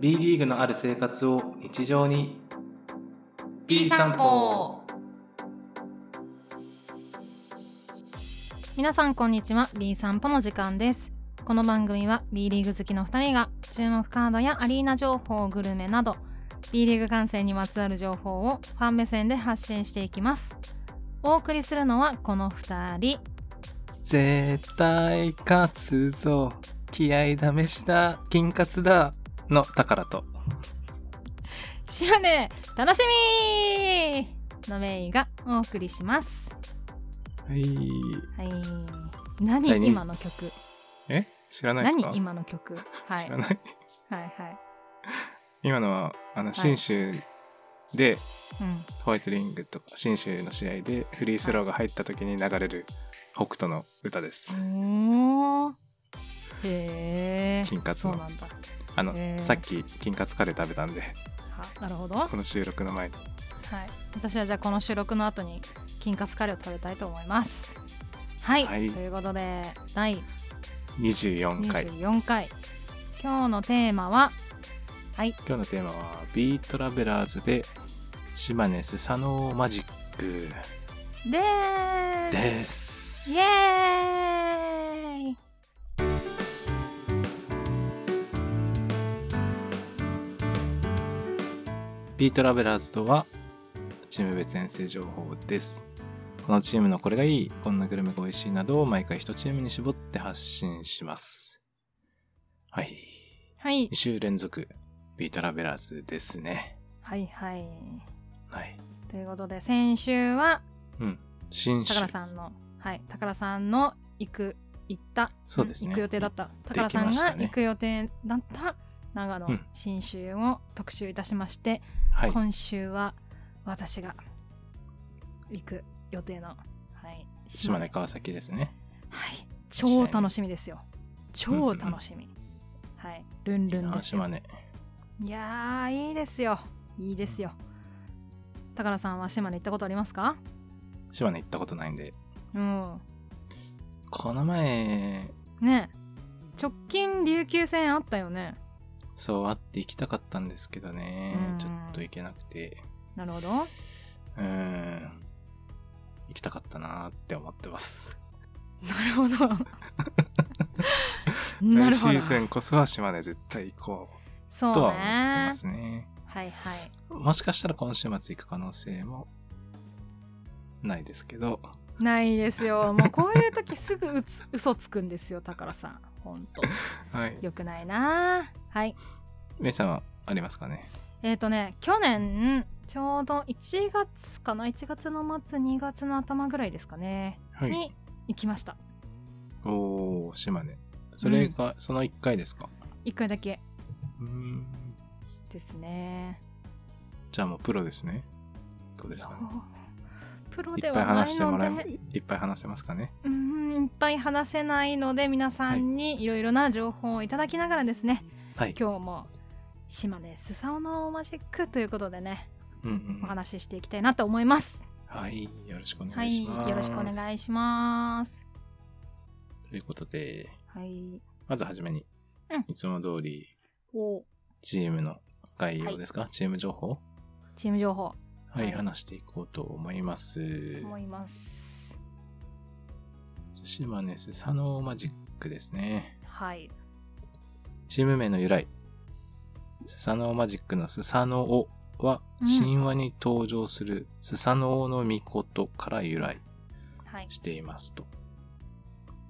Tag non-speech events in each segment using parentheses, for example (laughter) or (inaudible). B リーグのある生活を日常に B 散歩皆さんこんにちは B 散歩の時間ですこの番組は B リーグ好きの2人が注目カードやアリーナ情報グルメなど B リーグ観戦にまつわる情報をファン目線で発信していきますお送りするのはこの2人絶対勝つぞ気合い試した金活だの宝としよね楽しみのメイがお送りしますはいはい何第二今の曲え知らないですか何今の曲はい知らはいない (laughs) はい今のはあの信州で、うんホワイトリングとか信州の試合でフリースローが入った時に流れる北斗の歌です、おーへえ金活そうのなんだあの、へーさっき金活カレー食べたんではなるほど、はいこ、の収録の前に私はじゃあこの収録の後に金カツカレーを食べたいと思いますはい、はいということで第24回24回今日のテーマははい今日のテーマは「ビートラベラーズ」で島根スサノーマジックでーすですイエーイビートラベラーズとはチーム別遠征情報ですこのチームのこれがいいこんなグルメが美味しいなどを毎回一チームに絞って発信しますはいはい2週連続ビートラベラーズですねはいはいはいということで先週はうん新種宝さんのはい宝さんの行く行ったそうですね行く予定だった行っ宝てきさんましたねが行く予定だった長野うん新州を特集いたしまして、はい今週は私が行く予定の、はい、島根川崎ですねはい超楽しみですよ超楽しみ、はいルンいいルンなですよ島根いやーいいですよいいですよ宝さんは島根行ったことありますか島根行ったことないんでうんこの前ねえ直近琉球戦あったよねそう会って行きたかったんですけどね、うんちょっと行けなくてなるほどうーん行きたかったなーって思ってますなる (laughs) ほどなるほ来どシーズンこそは島根絶対行こそううとは思ってねますねはいはいもしかしたら今週末行く可能性もないですけどないですよもうこういう時すぐうつ嘘つくんですよ宝さんほんとはいよくないなはいメイさんはありますかねえっ、とね去年ちょうど1月かな1月の末2月の頭ぐらいですかね、はいに行きましたおー島根それが、その1回ですか1回だけうーんですねじゃあもうプロですねどうですかねそうプロいでっぱいはな話しいてもらえのでいっぱい話せますかねうーんいっぱい話せないので皆さんにいろいろな情報をいただきながらですね、はい今日も島根スサオのマジックということでねうんうんお話ししていきたいなと思います、はいよろしくおは願いいします、よろしくお願いしますということではいまずはじめに、うんいつも通りおチームの概要ですか、チーム情報チーム情報はい、はい話していこうと思います。思います島根スサノーマジックですね。はいチーム名の由来。スサノーマジックのスサノオはうん神話に登場するスサノオの御事から由来はいしていますと。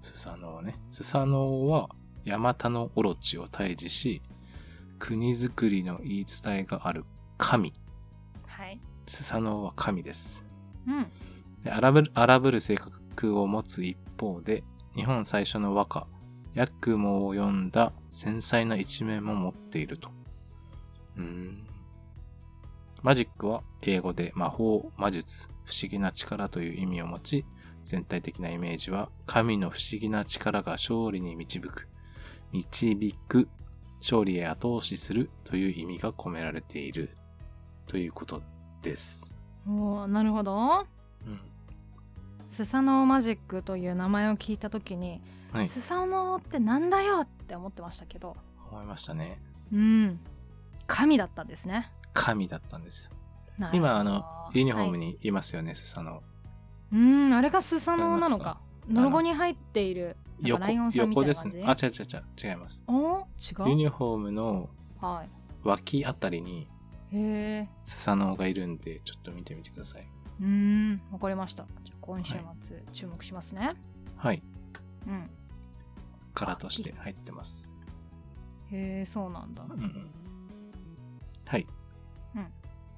スサノオね。スサノオはヤマタノオロチを退治し、国づくりの言い伝えがある神。はいスサノオは神です。うんで荒ぶる荒ぶる性格を持つ一方で日本最初の和歌「ヤクモを読んだ繊細な一面も持っているとうーんマジックは英語で魔法魔術不思議な力という意味を持ち全体的なイメージは神の不思議な力が勝利に導く導く勝利へ後押しするという意味が込められているということです、おーなるほどうんスサノオマジックという名前を聞いた時に、はい、スサノオってなんだよって思ってましたけど思いましたねうん神だったんですね。神だったんですよ。なるほど今、あの、ユニフォームはいにいますよね、スサノオ。うーん、あれがスサノオなのか。のロゴに入っている、なんかライオンさんみた横いでなす感じね。あ、違う違う違う、違います。おユ違うニフォームのは脇あたりにい。へえ。スサノオがいるんで、ちょっと見てみてください。うーん、わかりました。じゃあ今週末、注目しますね。はい。うん。柄として入ってます。へえ、そうなんだ。うんうんはい。うん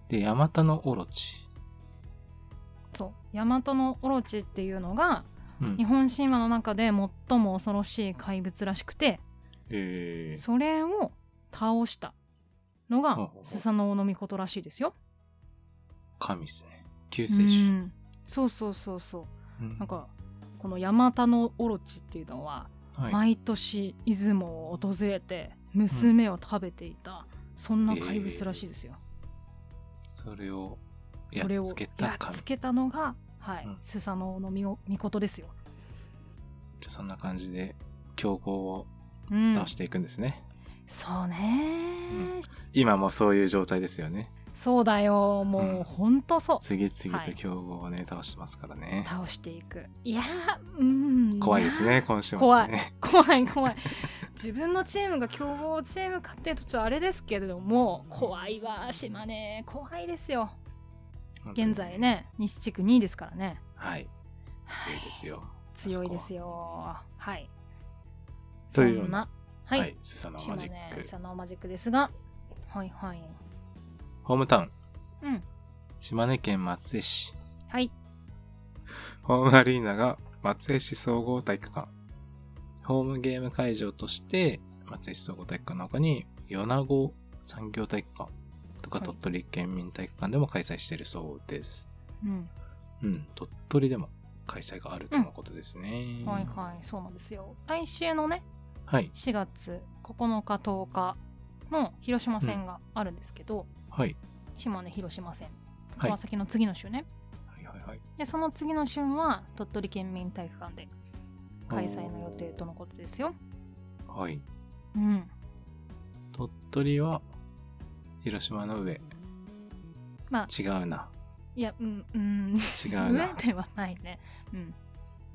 で、ヤマタノオロチ。そう。ヤマトのオロチっていうのが、うん日本神話の中で最も恐ろしい怪物らしくて、えーそれを倒したのほうがほうほうスサノオの御事らしいですよ。神ですね。救う世主。ん。そうそうそうそう。うんなんかこのヤマタノオロチっていうのは、はい毎年出雲を訪れて娘を食べていた、そんな怪物らしいですよ。それをやそれっをつけやたっ神。つじけたのが、はいうんスサノオのみごみことですよ。ゃあそんな感じで強豪をうん、倒していくんですね。そうね、今もそういう状態ですよね。そうだよもう、うんほんとそう次々と強豪をね、倒してますからね。倒していくいやーうん怖いですね、今週末ね。怖い怖い怖い (laughs) 自分のチームが強豪チームかっていうとちょっとあれですけれども怖いわ島根怖いですよ本当に現在。ね西地区2位ですからねはい。強いですよよ。強いですよはいというよそうんなな。はい、はい。スサノオ島マジ根ック。サノーマジックですがはいはいホームタウン。うん島根県松江市。はいホームアリーナが松江市総合体育館。ホームゲーム会場として、松江市総合体育館の他に、米子産業体育館とかはい鳥取県民体育館でも開催しているそうです。うん、うん、鳥取でも開催があるとのことですね。はいはいそうなんですよ来週のねはい。 4月9日10日の広島戦があるんですけど、はい。島根広島戦はい川崎の次の週ね、はい。はい。はい。でその次の週は鳥取県民体育館で開催の予定とのことですよ。はい。うん、鳥取は、広島の上。まあ違うな。いやうん (laughs) うん違う上な。ではないね。うん、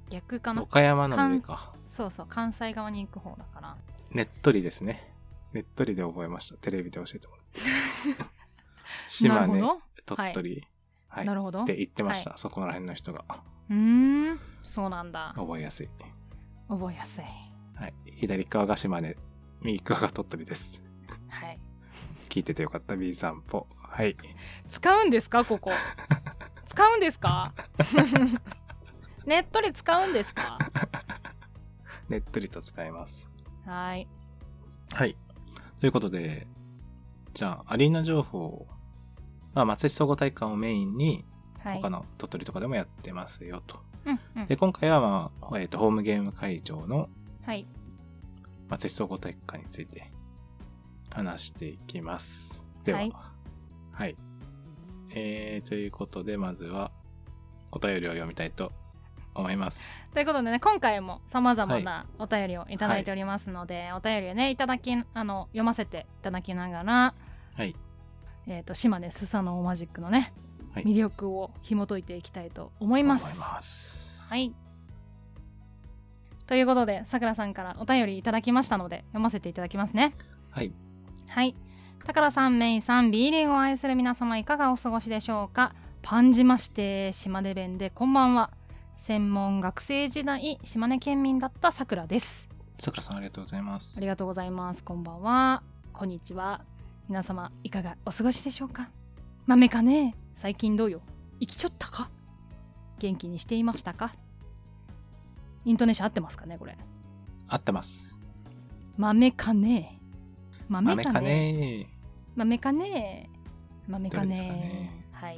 逆かな岡山の上か。そうそう関西側に行く方だからねっとりですね。ねっとりで覚えました。テレビで教えてもら (laughs) って。島なる根、ほ鳥取。はど、い。なっるほどて言ってました。そこら辺の人が。うーんそうなんだ覚えやすい。覚えやすいはい。左側が島根、右側が鳥取です。はい聞いててよかった、B 散歩。はい。使うんですか (laughs) ここ使うんですかねっとり使うんですかねっとりと使います。はいはい。ということで、じゃあ、アリーナ情報を、まあ、松江市総合体育館をメインに、はい他の鳥取とかでもやってますよと。うんうんで、今回は、まあ、えっ、と、ホームゲーム会場のはい松江市総合体育館について話していきます。では、ははいい、えー、ということで、まずはお便りを読みたいと思います。ということでね今回もさまざまなお便りをいただいておりますので、お便りをねいただきあの読ませていただきながら、はい。えー、と島根スサノオマジックのね、はい魅力を紐解いていきたいと思います。思います。は。いということでさくらさんからお便りいただきましたので読ませていただきますね。はい。はい。たからさん、めいさん、B リーグを愛する皆様いかがお過ごしでしょうかパンじまして、島根弁でこんばんは。専門学生時代、島根県民だったさくらです。さくらさん、ありがとうございまあすり。がとうございます。こんばんは。こんにちは。皆様いかがお過ごしでしょうか豆かね最近どうよ生きちょったか元気にしていましたかイントネーション合ってますかねこれ。合ってます。豆かね豆豆かかねね豆かね豆かどれねですかねはい。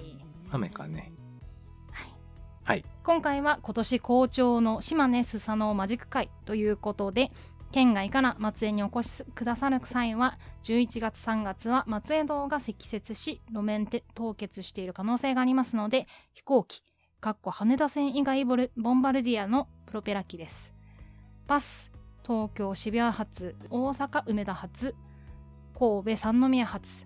豆かねはいはい。今回は今年好調の島根スサノオマジック会ということで県外から松江にお越しくださる際は11月3月は松江道が積雪し路面で凍結している可能性がありますので飛行機かっこ羽田線以外ボルボンバルディアのプロペラ機ですバス東京渋谷発大阪梅田発神戸三宮発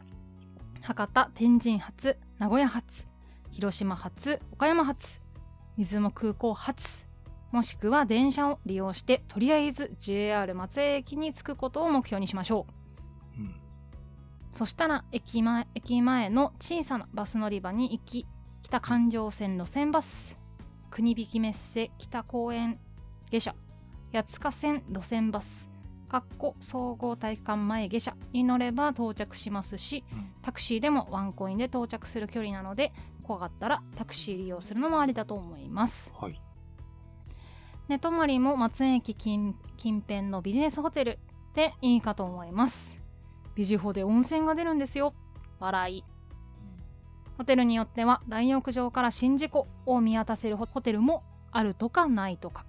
博多天神発名古屋発広島発岡山発出雲空港発もしくは電車を利用してとりあえず JR 松江駅に着くことを目標にしましょううんそしたら駅前駅前の小さなバス乗り場に行き北環状線路線バス国引きメッセ北公園下車八塚線路線バスかっこ総合体育館前下車に乗れば到着しますしうんタクシーでもワンコインで到着する距離なので怖かったらタクシー利用するのもありだと思いますはい寝泊まりも松江駅近近辺のビジネスホテルでいいかと思いますビジホで温泉が出るんですよ笑いホテルによっては大浴場から宍道湖を見渡せるホテルもあるとかないとか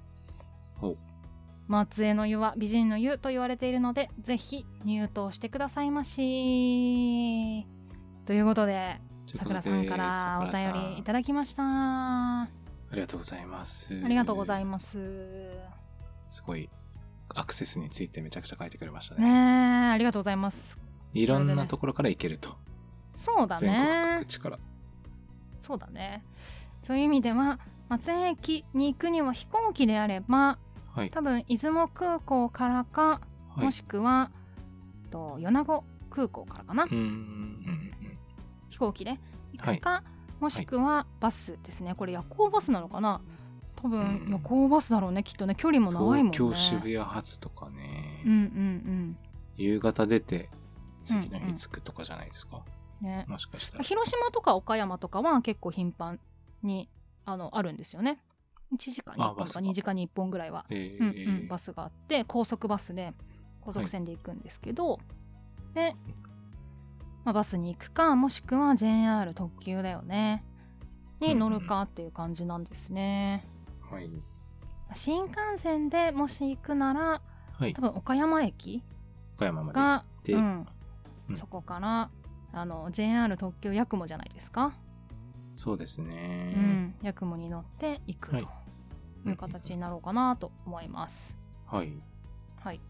ほう松江の湯は美人の湯と言われているのでぜひ入湯してくださいましということでさくらさんからお便りいただだきましたあありがとうございますりがとうございまますすすごいアクセスについてめちゃくちゃ書いてくれましたねえねありがとうございますいろんなところから行けると、そうだ全国各ね。地からそうだね。そういう意味では松江駅に行くには飛行機であればはい多分出雲空港からか、はいもしくはと米子空港からかな、うんうんうん飛行機で行くか、もしくはバスですねこれ夜行バスなのかな多分うん夜行バスだろうねきっとね距離も長ういもんんね東京渋谷発とかね、うんうん夕方出て次のうんう日ん着くとかじゃないですか、うんねもしかしたら広島とか岡山とかは結構頻繁にあのあるんですよね1時間に1あバ本スかが2時間に1本ぐらいはえうんうーん、バスがあって高速バスで高速線で行くんですけど、で、まあ、バスに行くかもしくは JR 特急だよねに乗るかっていう感じなんですね、はい新幹線でもし行くならはい多分岡山駅岡山まで行っが、て、うんうんそこからあの JR 特急やくもじゃないですか、そうですうね、ん、やくもに乗って行くとはいいう形になろうかなと思います、はいはい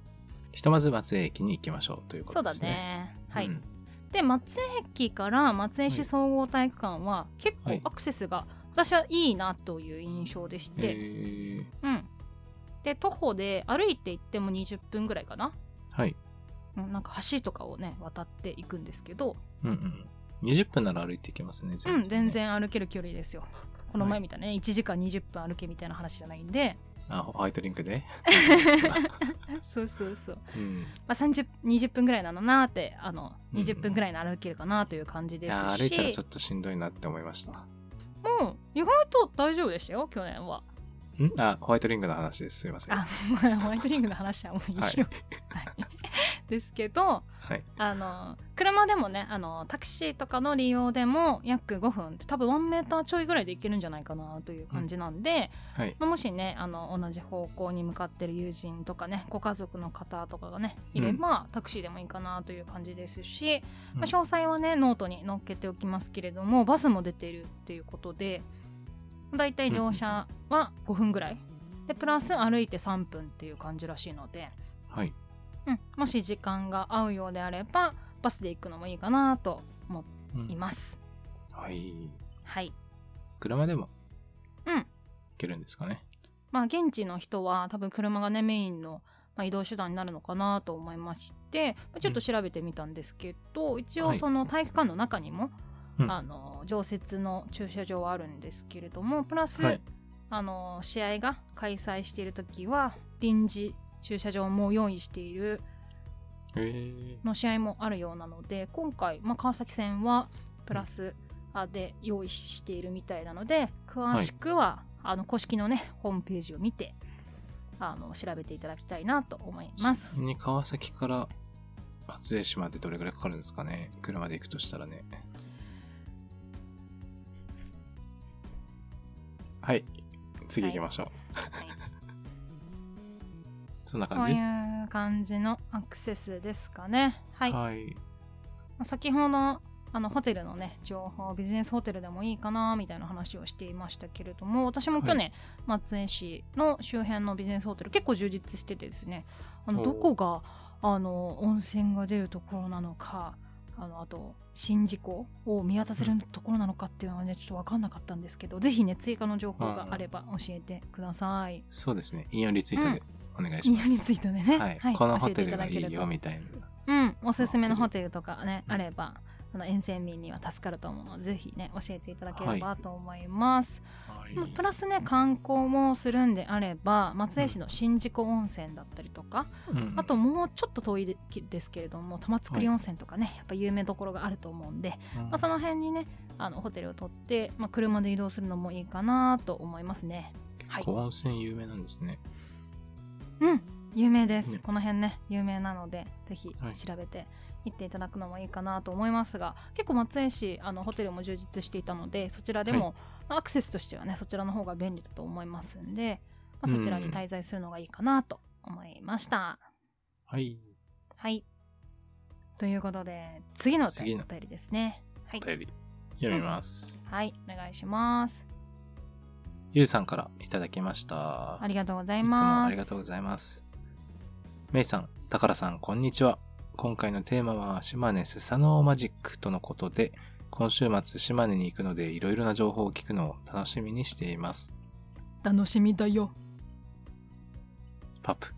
ひとまず松江駅に行きましょうというこそうとだですねねはい、うんで松江駅から松江市総合体育館は結は構いアクセスが私はいいなという印象でして、えーうん、で徒歩で歩いて行っても20分ぐらいかな、はいうん、なんか橋とかをね渡っていくんですけど、うんうん20分なら歩いていけますねうん、ね全然歩ける距離ですよこのは前いみたいなね、1時間20分歩けみたいな話じゃないん (laughs) であホワイトリンクで、そうそうそう、うん、まあ、30 20分ぐらいなのなーってあのうん20分ぐらいなら歩けるかなという感じいですし、や歩いたらちょっとしんどいなって思いましたもう意外と大丈夫でしたよ去年は。んあホワイトリングの話ですすいませんあ、まあホワイトリングの話はもういいよ。ははいいですけどはいあの車でもねあのタクシーとかの利用でも約5分多分1メーターちょいぐらいで行けるんじゃないかなという感じなんで、はいまあもしねあの同じ方向に向かってる友人とかねご家族の方とかがねいれば、タクシーでもいいかなという感じですし、まあ、詳細はねノートに載っけておきますけれどもバスも出てるっていうことでだいたい乗車は5分ぐらいでプラス歩いて3分っていう感じらしいので、はいうん、もし時間が合うようであればバスで行くのもいいかなと思うんいます。はいはい車でもうん行けるんですかね、まあ、現地の人は多分車がねメインの、まあ、移動手段になるのかなと思いましてまあちょっと調べてみたんですけど、一は応いその体育館の中にも、うんあの常設の駐車場はあるんですけれどもプラス、はいあの試合が開催している時は臨時駐車場も用意しているえー、の試合もあるようなので今回、まあ、川崎戦はプラスあで用意しているみたいなので詳しくは、あの公式のねホームページを見てあの調べていただきたいなと思いまちなすみに川崎から松江市までどれぐらいかかるんですかね車で行くとしたらねはい次行きましょう、はいそんなこう感じいう感じのアクセスですかねはい、まはいあ先ほどあのホテルのね情報ビジネスホテルでもいいかなみたいな話をしていましたけれども私も去年、松江市の周辺のビジネスホテル結構充実しててですねあのおーどこがあの温泉が出るところなのかあのあと宍道湖を見渡せるところなのかっていうのはねちょっと分かんなかったんですけどぜひね追加の情報があれば教えてください。そうですね。引用リツイートでお願いし引ま用にす。ついてね、はい、このホテルがい教いえてただければよみたいな。うん、おすすめのホテルとかね、うんあれば、あの沿線民には助かると思うので、ぜひね、教えていただけはれいばと思います。はいまあプラスね、観光もするんであれば、松江市の宍道湖温泉だったりとか、うんあともうちょっと遠いでですけれども、玉造温泉とかね、やっぱ有名どころがあると思うんで、うんまあ、その辺にね、あのホテルを取って、まあ、車で移動するのもいいかなと思いますね。はい結構温泉有名なんですね。うん、有名です、ねこの辺ね有名なのでぜひはい調べて行っていただくのもいいかなと思いますが、結構松江市あのホテルも充実していたのでそちらでも、まあアクセスとしてはねそちらの方が便利だと思いますんで、まあそちらに滞在するのがいいかなと思いました。はい。はいということで次のお次便のお便りですね。はいお、便り読みます。はい、お願いします。ゆうさんからいただきました。ありがとうございいつもます。ありがとうございます。めいさん、たからさん、こんにちは。今回のテーマは、島根スサノオマジックとのことで、今週末、島根に行くので、いろいろな情報を聞くのを楽しみにしています。楽しみだよ。パップ。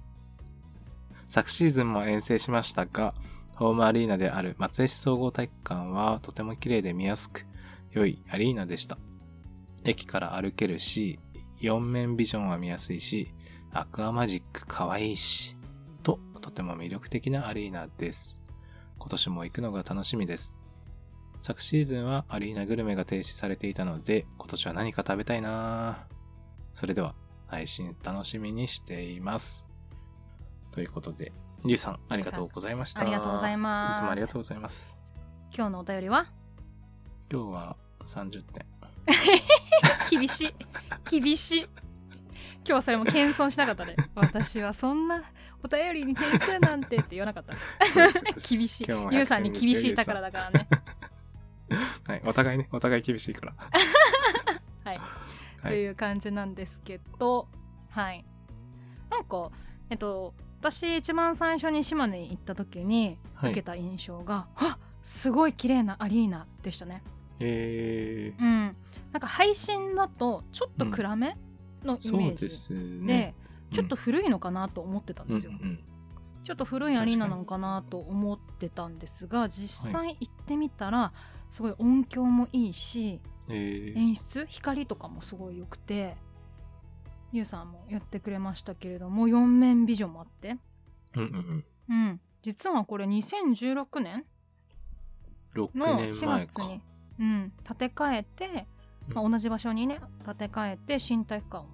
昨シーズンも遠征しましたが、ホームアリーナである松江市総合体育館はとても綺麗で見やすく、良いアリーナでした。駅から歩けるし、四面ビジョンは見やすいし、アクアマジック可愛いし、と、とても魅力的なアリーナです。今年も行くのが楽しみです。昨シーズンはアリーナグルメが停止されていたので、今年は何か食べたいなぁそれでは、配信楽しみにしています。ということで、ゆうさん、ありがとうございました。ありがとうございますいつもありがとうございます。今日のお便りは今日は30点。厳しい厳しい今日はそれも謙遜しなかったね私はそんなお便りに点数なんてって言わなかったねそうですそうです厳しい今日も100ゆうさんに点ですよ厳しい宝だからねはい、お互いね、お互い厳しいから。はい、はとい。いう感じなんですけどはいなんかえっと私一番最初に島根に行った時には受けい、た印象が、あすごい綺麗なアリーナでしたねえうんなんか配信だとちょっと暗めのー、イメそうージでで,、すね。ちょっと古いのかなと思ってたうんん、でうすんよ、うんちょっと古いアリーナなのかなと思ってたんですが実際行ってみたら、すごい音響もいいしえー、演出光とかもすごい良くてゆうさんも言ってくれましたけれども4面ビジョンもあって、うんうんうん。うん、実はこれ2016年6の年4前月か。に、うん、建て替えて、まあうん同じ場所にね建て替えて新体育館を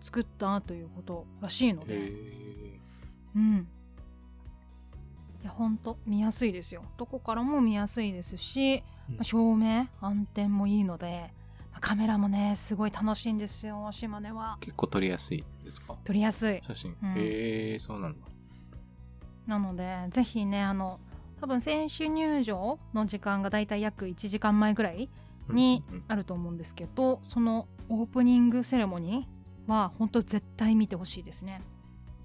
作ったということらしいので。えうん。いや、ほんと、見やすいですよ。どこからも見やすいですし、うんまあ照明、暗転もいいので、まあカメラもね、すごい楽しいんですよ、島根はー、。結構撮りやすいですか撮りやすい。写真。うんえー、そうなんだ。なので、ぜひね、あの、多分選手入場の時間がだいたい約1時間前ぐらいにうんうんうんあると思うんですけど、そのオープニングセレモニーは本当絶対見てほしいですね。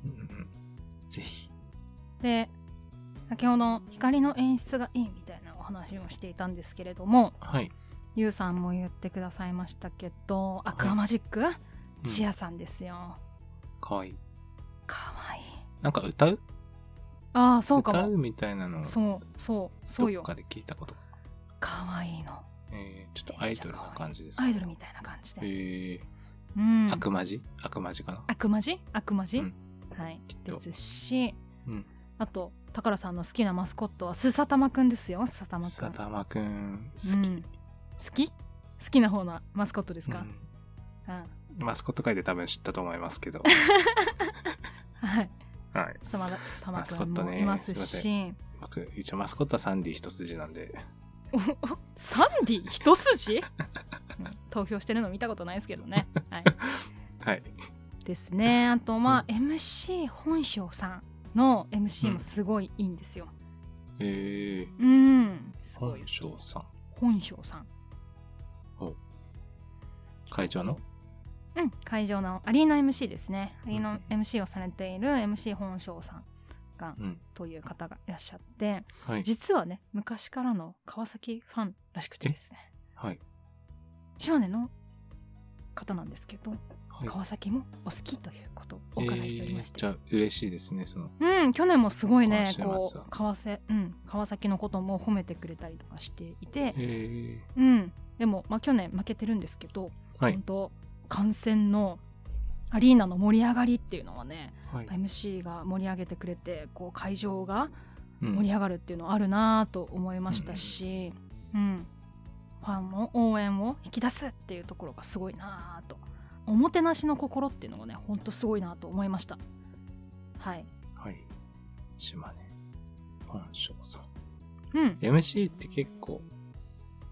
うんうんうんぜひ。で先ほど光の演出がいいみたいなお話をしていたんですけれどもはい。ゆうさんも言ってくださいましたけどアクアマジック、うんチアさんですよかわいい。かわいいなんか歌うああそうか歌うもみたいなのをそうそうそうどっよかで聞いたことが。かわいいのえー、ちょっとアイドルな感じですかアイドルみたいな感じで、えー、うん悪魔寺悪魔寺かな悪魔ジ悪魔ジ、うんはいきっとですしうん。あと宝さんの好きなマスコットはスサタマくんですよスサタマくんさだまくん、う好き。ん好き好きな方のマスコットですうか、んうん、マスコット界で多分知ったと思いますけ (laughs) ど。はいはい。スマタママスコくんットもねいますすし僕、一応マスコットはサンディ一筋なんで。おおサンディ一筋うん投票してるの見たことないですけどね、はい、はい。ですねあとまあ、MC 本性さんの MC もすごいいいんですよえー、うん、すごい本庄さん。本性さん会長のうん会場のアリーナ MC ですねアリーうナん MC をされている MC 本性さん官うん。という方がいらっしゃって、はい。実はね、昔からの川崎ファンらしくてですね、はい。島根の方なんですけど、はい。川崎もお好きということをお伺いしておりましえーてじゃ、あ嬉しいですね、その。うん、去年もすごいね、今週こ末はう川瀬、うん、川崎のことも褒めてくれたりとかしていて、えうん、でも、まあ、去年負けてるんですけど、ー、はい本。当感染のアリーナの盛り上がりっていうのはね、はい。 MC が盛り上げてくれてこう会場がうん盛り上がるっていうのはあるなぁと思いましたし、うんファンの応援を引き出すっていうところがすごいなぁとおもてなしの心っていうのがねほんとすごいなと思いましたはいはい。島根。本性さん。うん、 MC って結構、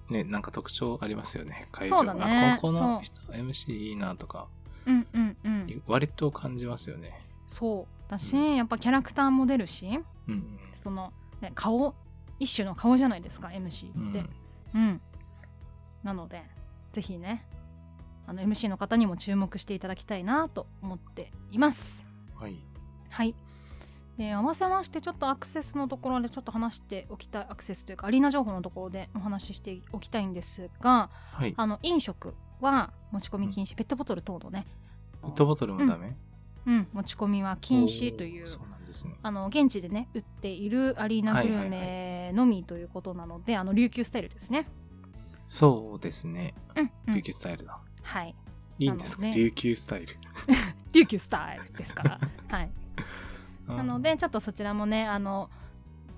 ね、なんか特徴ありますよね、会場そうだねあここの人、MC いいなとか、うんうんうん割と感じますよね。そうだしやっぱキャラクターも出るしうんその、ね、顔一種の顔じゃないですか MC うん。っうて、ん。うん。なので、ぜひね、あの MC の方にも注目していただきたいなと思っています。はい。はい。で合わせましてちょっとアクセスのところでちょっと話しておきたいアクセスというかアリーナ情報のところでお話ししておきたいんですがはい。ペあの飲食は持ち込み禁止、ペットボトル等のね、ットボトルもダメうん、持ち込みは禁止といおうーそうなんですね。あの現地でね売っているアリーナグルはいはいメのみということなので、あの琉球スタイルですね。そうですね。うんう琉ん、球スタイルだ。はいいいんですか、なので琉球スタイル。琉球スタイルですから、はい、ななので、ちょっとそちらもねあの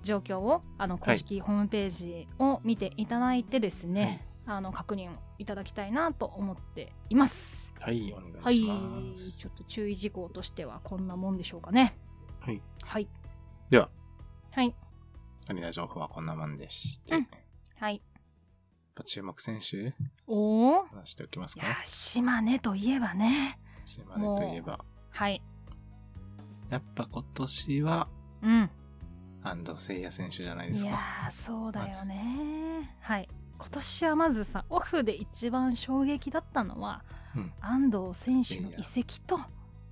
状況をあの公式ホームページを見ていただいてですね、あの確認をいただきたいなと思っています。はい、お願はいい、しまちすょ。っと注意事項としてはこんなもんでしょうかね。はい、はい、では、はい、アリーナ情報はこんなもんでして、うんやっはい。ぱ注目選手、おお、話しておきますいやーか。島根といえばね、島根といえば、はい、やっぱ今年は、うん、安藤聖也選手じゃないでいすやか。ーそうだまよずね。はい。今年はまずさオフで一番衝撃だったのは、うん安藤選手の移籍と、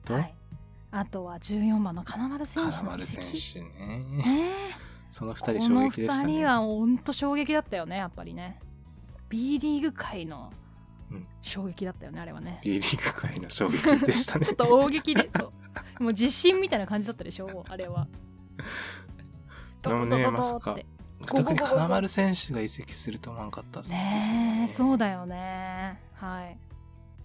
と、はい、あとは14番の金丸選手金の移丸選籍。手ねね。えそのこ二人衝の撃でした2ね人。は本当衝撃だったよねやっぱりね。B リーグ界のうん衝撃だったよねあれはね。 B リーグ界の衝撃でしたね。 (laughs) ちょっと大劇でそうもう地震みたいな感じだったでしょあれは。でもねまさかって特に金丸選手が移籍すると思わなかったです。ねえそううだよねはい。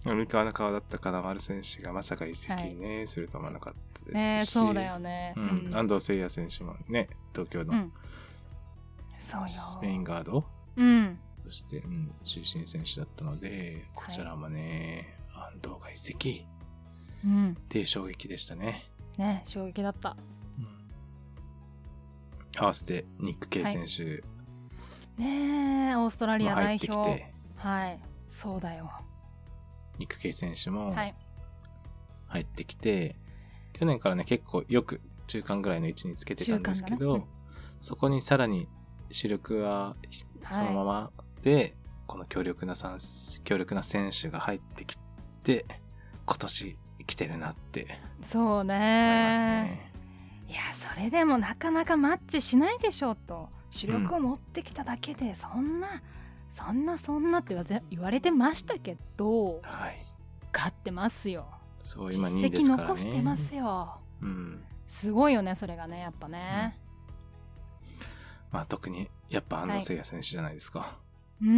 三河の顔だった金丸選手がまさか移籍ね、すると思わなかったですし。ねえそうだよね。うん。安藤聖也選手もね、東京うのんそうよ。スペインガード、うん。そして、うん、中心選手だったので、こちらもね、安藤が移籍うん。っていう衝撃でしたね。ね衝撃だった。合わせてニック・ケイ選手ねえオーストラリもア入っ代てきて、表。はい。そうだよ。ニック・ケイ選手もはい。入ってきて、去年からね結構よく中間ぐらいの位置につけてたんですけ中間ど、だねそこにさらに主力はひはいそのままで、この強力なさん強力な選手が入ってきて今年来てるなってそう思いますね。ね。いやそれでもなかなかマッチしないでしょうと主力を持ってきただけでそんな、そんなそんなって言われ言われてましたけどはい。勝ってますよ。そう今2位実で績すからね。残してますよ。うん。すごいよねそれがねやっぱね。まあ特にやっぱ安藤聖也選手じゃないですか。うー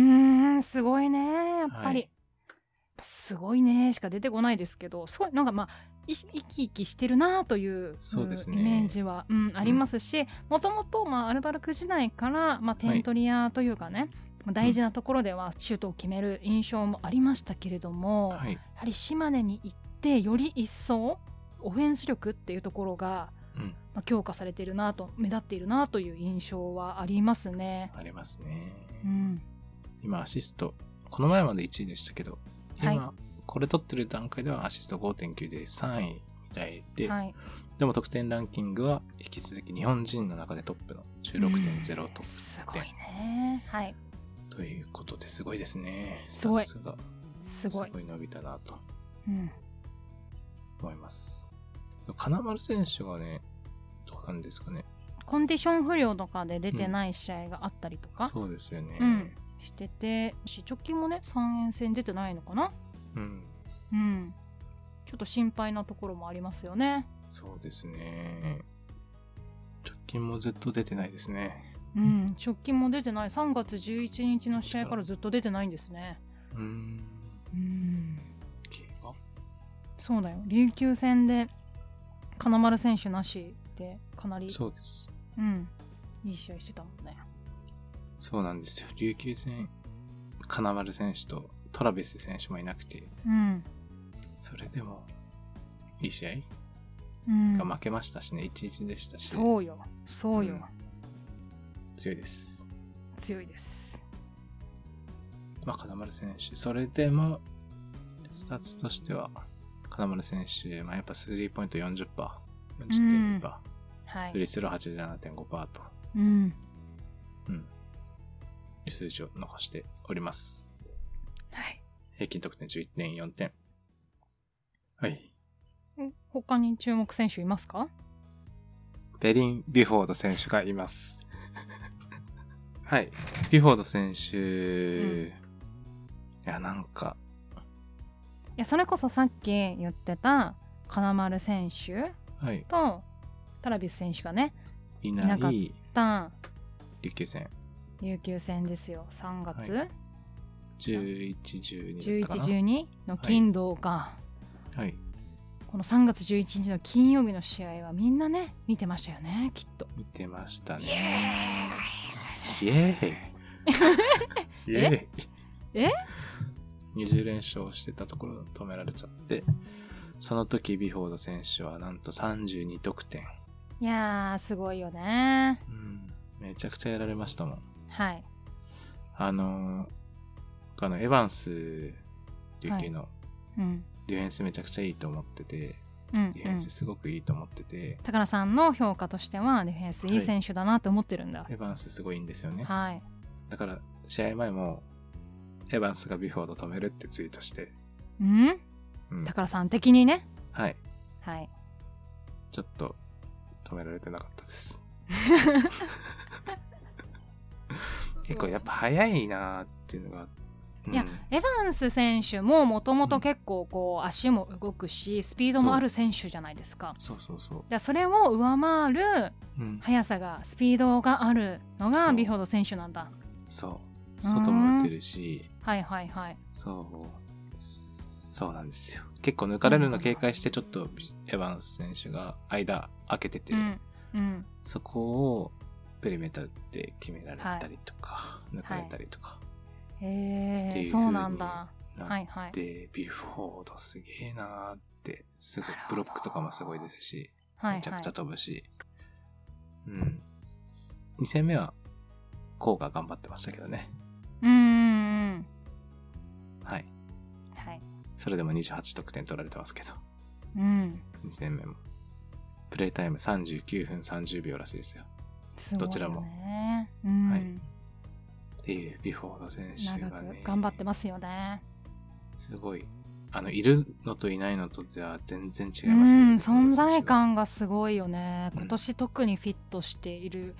んすごいねやっぱり、はいやっぱすごいねしか出てこないですけどすごいなんかまあい生き生きしてるなというそうですねイメージは、うん、ありますしもともとまあアルバルク時代から、まあ、点取り屋というかね、まあ大事なところではシュートを決める印象もありましたけれども、やはい。はり島根に行ってより一層オフェンス力っていうところが、うん。まあ、強化されているなと目立っているなという印象はありますね。ありますね。うん、今アシスト、この前まで1位でしたけど、今、はこれ取ってる段階ではアシスト5.9で3位みたいで、はいでも得点ランキングは引き続き日本人の中でトップの16.0と、すごいねはいということですごいですね。すごいスタッツがすごいすごい伸びたなとうん思います。金丸選手がね、どう感じですかね。コンディション不良とかで出てない試合があったりとか、そうですよね。うんしててし直近もね3円戦出てないのかなうんうんちょっと心配なところもありますよねそうですね。直近もずっと出てないですね。うん直近も出てない3月11日の試合からずっと出てないんですねうーん。うん怪我そうだよ琉球戦で金丸選手なしでかなりそうです。うんいい試合してたもんねそうなんですよ。琉球戦、金丸選手とトラベス選手もいなくて、うんそれでも、いい試合うんが負けましたしね、1-1でしたし、そうよそうよ、うん強いです。強いですまあ、金丸選手、それでも、スタッツとしては、金丸選手、まあ、やっぱスリーポイント40%、40.2%、はいフリースロー87.5%と、うんうん、いう数字を残しております。はい平均得点11.4点。はい。うん他に注目選手いますかベリン・ビュフォード選手がいます。はい。ビュフォード選手、うんいや、なんか、いやそれこそさっき言ってた金丸選手はい、とトラビス選手がねいないなかっ琉た球戦、琉球戦ですよ3月、は11、12だったかな。 1112の金土が、はい。この3月11日の金曜日の試合はみんなね見てましたよねきっと見てましたイねエ。イエーイイ (laughs) エーイえ ?20 連勝してたところ止められちゃって、その時ビュフォード選手はなんと32得点。ーイいやーすごいよねうん、めちゃくちゃやられましたもん。はいあのーあの、エヴァンス、琉球のうんディフェンスめちゃくちゃいいと思ってて、うん、うんディフェンスすごくいいと思ってて、高田さんの評価としてはディフェンスいい選手だなって思ってるんだエヴァンスすごいいいんですよね。はいだから、試合前も、エヴァンスがビュフォード止めるってツイートして、うんうん高田さん的にねはい、はいちょっと止められてなかった (laughs) です。結構やっぱ早いなーっていうのが、うんいやエヴァンス選手ももともと結構こう足も動くしスピードもある選手じゃないですかそうそうそそそれを上回るう。うん、速さがスピードがあるのそがうビュフォード選手なんだそう。外も打てるし、はいはいはいそう。そうなんですよ。結構抜かれるの警戒して、ちょっとエヴァンス選手が間開けてて、うんうんそこをペリメーターで決められたりとか、抜かれたりとか。へっていえうそうなんだなはいはいで、ビュフォードすげえなーって、すごいなる、ほブロどックとかもすごいですし、はいはめいちゃくちゃ飛ぶし、うん。2戦目は、こうが頑張ってましたけどね。うんうんうんはい。はいそれでも28得点取られてますけど、うん2戦目も。プレイタイム39分30秒らしいですよ。すごいよねどちらもうんはいっていうビュフォード選手長がねく、頑張ってますよねすごい。あの、いるのといないのとでは全然違いうますねん、ビュフォー存ド選手在が感がすごいよね、うん今年特にフィットしている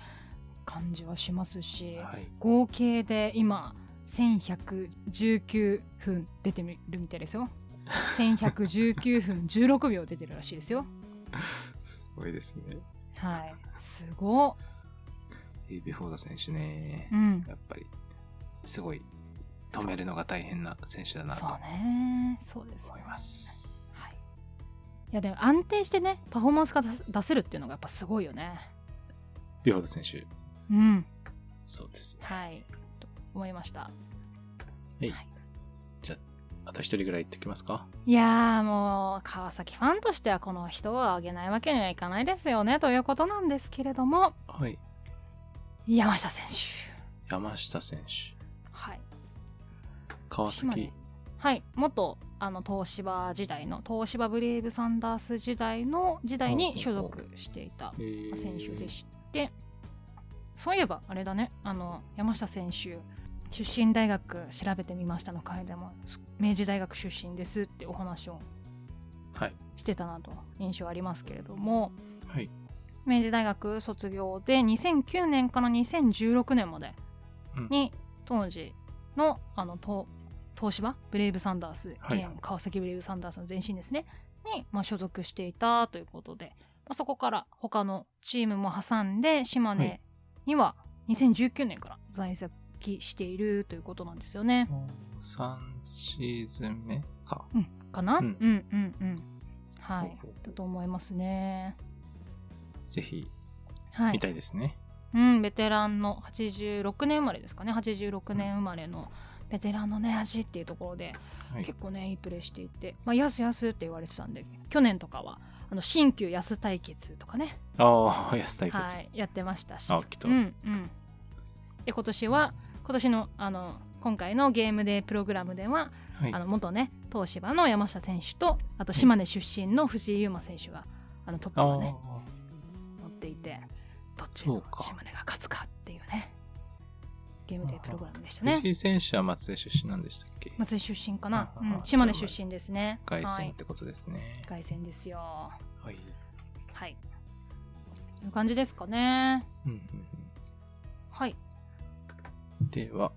感じはしますし、はい。合計で今1119分出てるみたいです (laughs) よ1119分16秒出てるらしいですよすごいですね。はいすごっビュフォード選手ねう。んやっぱり、すごい、止めるのが大変な選手だなとそうねそうです思います。はいいやでも安定してねパフォーマンスが出す出せるっていうのがやっぱすごいよねビュフォード選手、うんそうですね。はいと思いましたはい。じゃあ、あと一人ぐらい言ってきますかいやーもう川崎ファンとしてはこの人をあげないわけにはいかないですよねということなんですけれどもはい。山下選手山下選手、はい川島根崎、はい元あの東芝時代の東芝ブレイブサンダース時代の時代に所属していたえー選手でしてそういえばあれだねあの山下選手出身大学調べてみましたの回でも明治大学出身ですってお話をはい。してたなと印象ありますけれどもはい。明治大学卒業で2009年から2016年までに当時のあの東東芝ブレイブサンダース、はい現川崎ブレイブサンダースの前身ですねに、まあ、所属していたということで、まあ、そこから他のチームも挟んで島はい根には2019年から在籍しているということなんですよね。 3シーズン目か。うん、かな、ううんん、うんうんはいほうほうだと思いますね。ぜひ、は見いたいですね。うん、ベテランの86年生まれですかね86年生まれのベテランのね足っていうところではい。結構ねいいプレーしていて「まあ、やすやす」って言われてたんで去年とかはあの新旧安対決とかね、ああ、安対決。はい、やってましたし、青木と。うんうん、で今年は今年のあの今回のゲームデープログラムでは、はいあ。の元ね東芝の山下選手とあと島根出身の藤井優真選手があのトップあをねあ、持っていてどっちそうのか島根が勝つかっていうねゲームデープログラムでしたね藤井選手は松江出身なんでしたっけ松井出身かな、あうあん、島根出身ですね外は線っいてことですね。凱旋ですよははい。いという感じですかねうんうんはい、うんでは、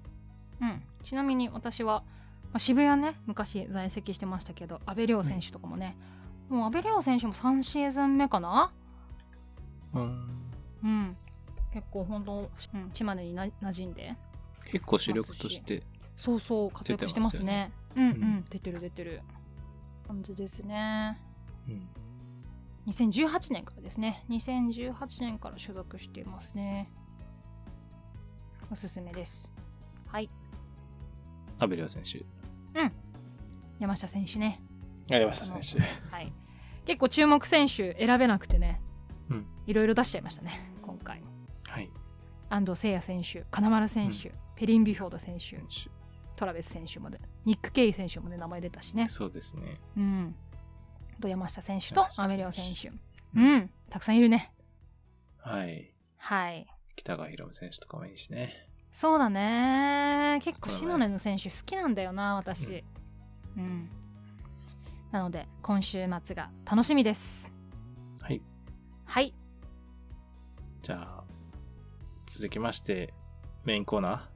うん、ちなみに私は、まあ、渋谷ね昔在籍してましたけど阿部亮選手とかもね、もう阿部亮選手も3シーズン目かなうん、うん結構本当、うん、島根にな馴染んで結構主力として、そうそう活躍してますねうんうん、出てる出てる感じですねうん、 2018年からですね2018年から所属していますねおすすめですはいアベリオ選手、山下選手ねあ山下選手。はい結構注目選手選べなくてね、うんいろいろ出しちゃいましたね今回はい、安藤誠也選手金丸選手、ペリン・ビュフォード選手選手。トラベス選手までニック・ケイ選手もね名前出たしねそうですね。うんあと山下選手と山下選ア手メリオ選手ううんたくさんいるねはい。はい北川博夢選手とかもいいしね。そうだね結構そうだね島根の選手好きなんだよな私うん、なので今週末が楽しみですはい。はいじゃあ、続きまして、メインコーナ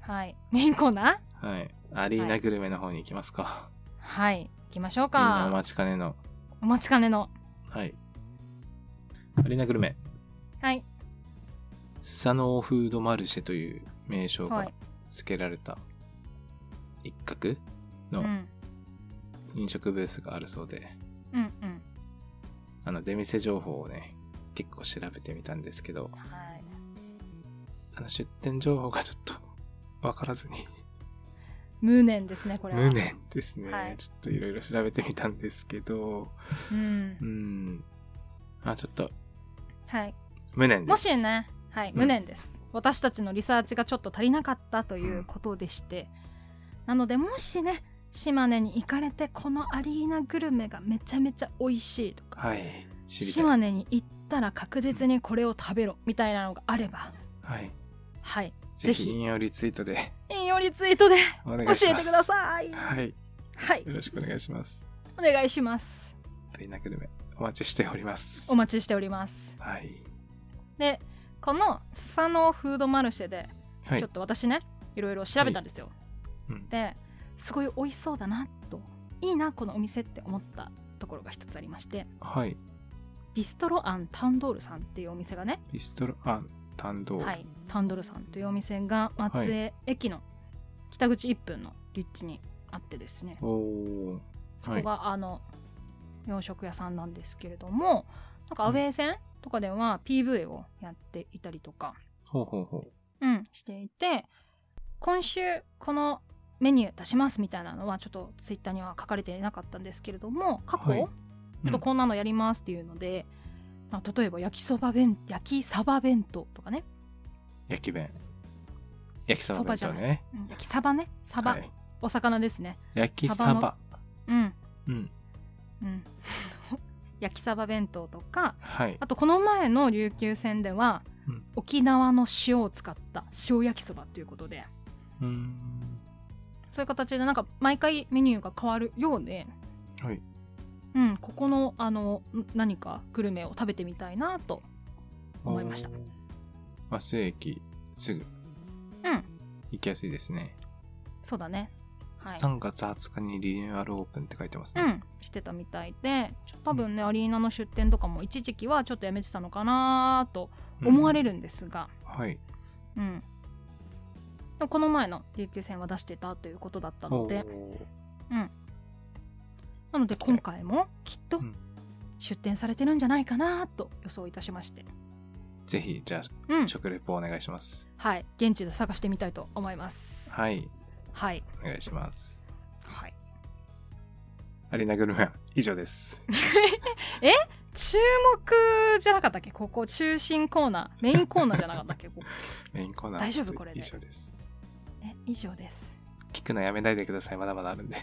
はいメインコーナーー。はい。アリーナグルメの方に行きますか。はい行きましょうみんなおか待ちかねの。お待ちかねのはい。アリーナグルメ。はいスサノオフードマルシェという名称はがい付けられた一角うのん飲食ブースがあるそうで、うんうんあの出店情報をね、結構調べてみたんですけど、はいあの出店情報がちょっと分からずに、無念ですねこれは無念ですね。はいちょっといろいろ調べてみたんですけど、うんうん。あ、ちょっとはい無念です。もし。ねはいん無念です、私たちのリサーチがちょっと足りなかったということでして、なのでもしね島根に行かれてこのアリーナグルメがめちゃめちゃ美味しいとかはい。知りたい。島根に行ったら確実にこれを食べろみたいなのがあればはい。はいぜぜひひ引用リツイート (laughs) で引用リツイートでお願いし教まえす。てくださいはい。はいよろしくお願いします。お願いしますアリーナグルメ、お待ちしておりますお。待ちしておりますはい。でこのスサノオフードマルシェではちょいっ。と私ね、い、ろいろ調べたんですよ、うんですごい美味しそうだなといいなこのお店って思ったところが一つありましてはい。ビストロアンタンドールさんっていうお店がね、ビストロアンタンドール。はい、タンドールさんというお店が松江駅の北口1分の立地にあってですね、おお。そこがあの洋食屋さんなんですけれどもなんかアウェー戦とかでは PV をやっていたりとか、ほうほうほう。うん、していて今週このメニュー出しますみたいなのはちょっとツイッターには書かれていなかったんですけれども過去、はいちょっとこんなのやりますっていうので、まあ、例えば焼きそば弁焼きサバ弁当とかね、焼き弁。焼きそば弁当ね。うん焼きサバねサバ、はい。お魚ですね焼きササバ。うんうん。うん (laughs) 焼きサバ弁当とかはいあ。とこの前の琉球戦では、うん沖縄の塩を使った塩焼きそばということでうーん。そういう形でなんか毎回メニューが変わるようで、はい。うん、ここのあのん何かグルメを食べてみたいなと思いましたおー。まあ、正規、すぐうん行きやすいですね。そうだねはい3月20日にリニューアルオープンって書いてますうね。ん、してたみたいでちょ多分ねアリーナの出店とかも一時期はちょっとやめてたのかなと思われる。るんですが、はい。うんでもこの前の琉球戦は出してたということだったのでおーなので今回もきっとうん出店されてるんじゃないかなと予想いたしまして、ぜひ、じゃあ、うん食レポお願いします。はい、現地で探してみたいと思います。はい。はい、お願いします。はい、アリーナグルメン、以上 (laughs) です。注目じゃなかったっけここ中心コーナーメインコーナーじゃなかったっけこ (laughs) こメインコーナー、大丈夫ちょっとこれで以上です。え以上です。聞くのやめないでください。まだまだあるんで。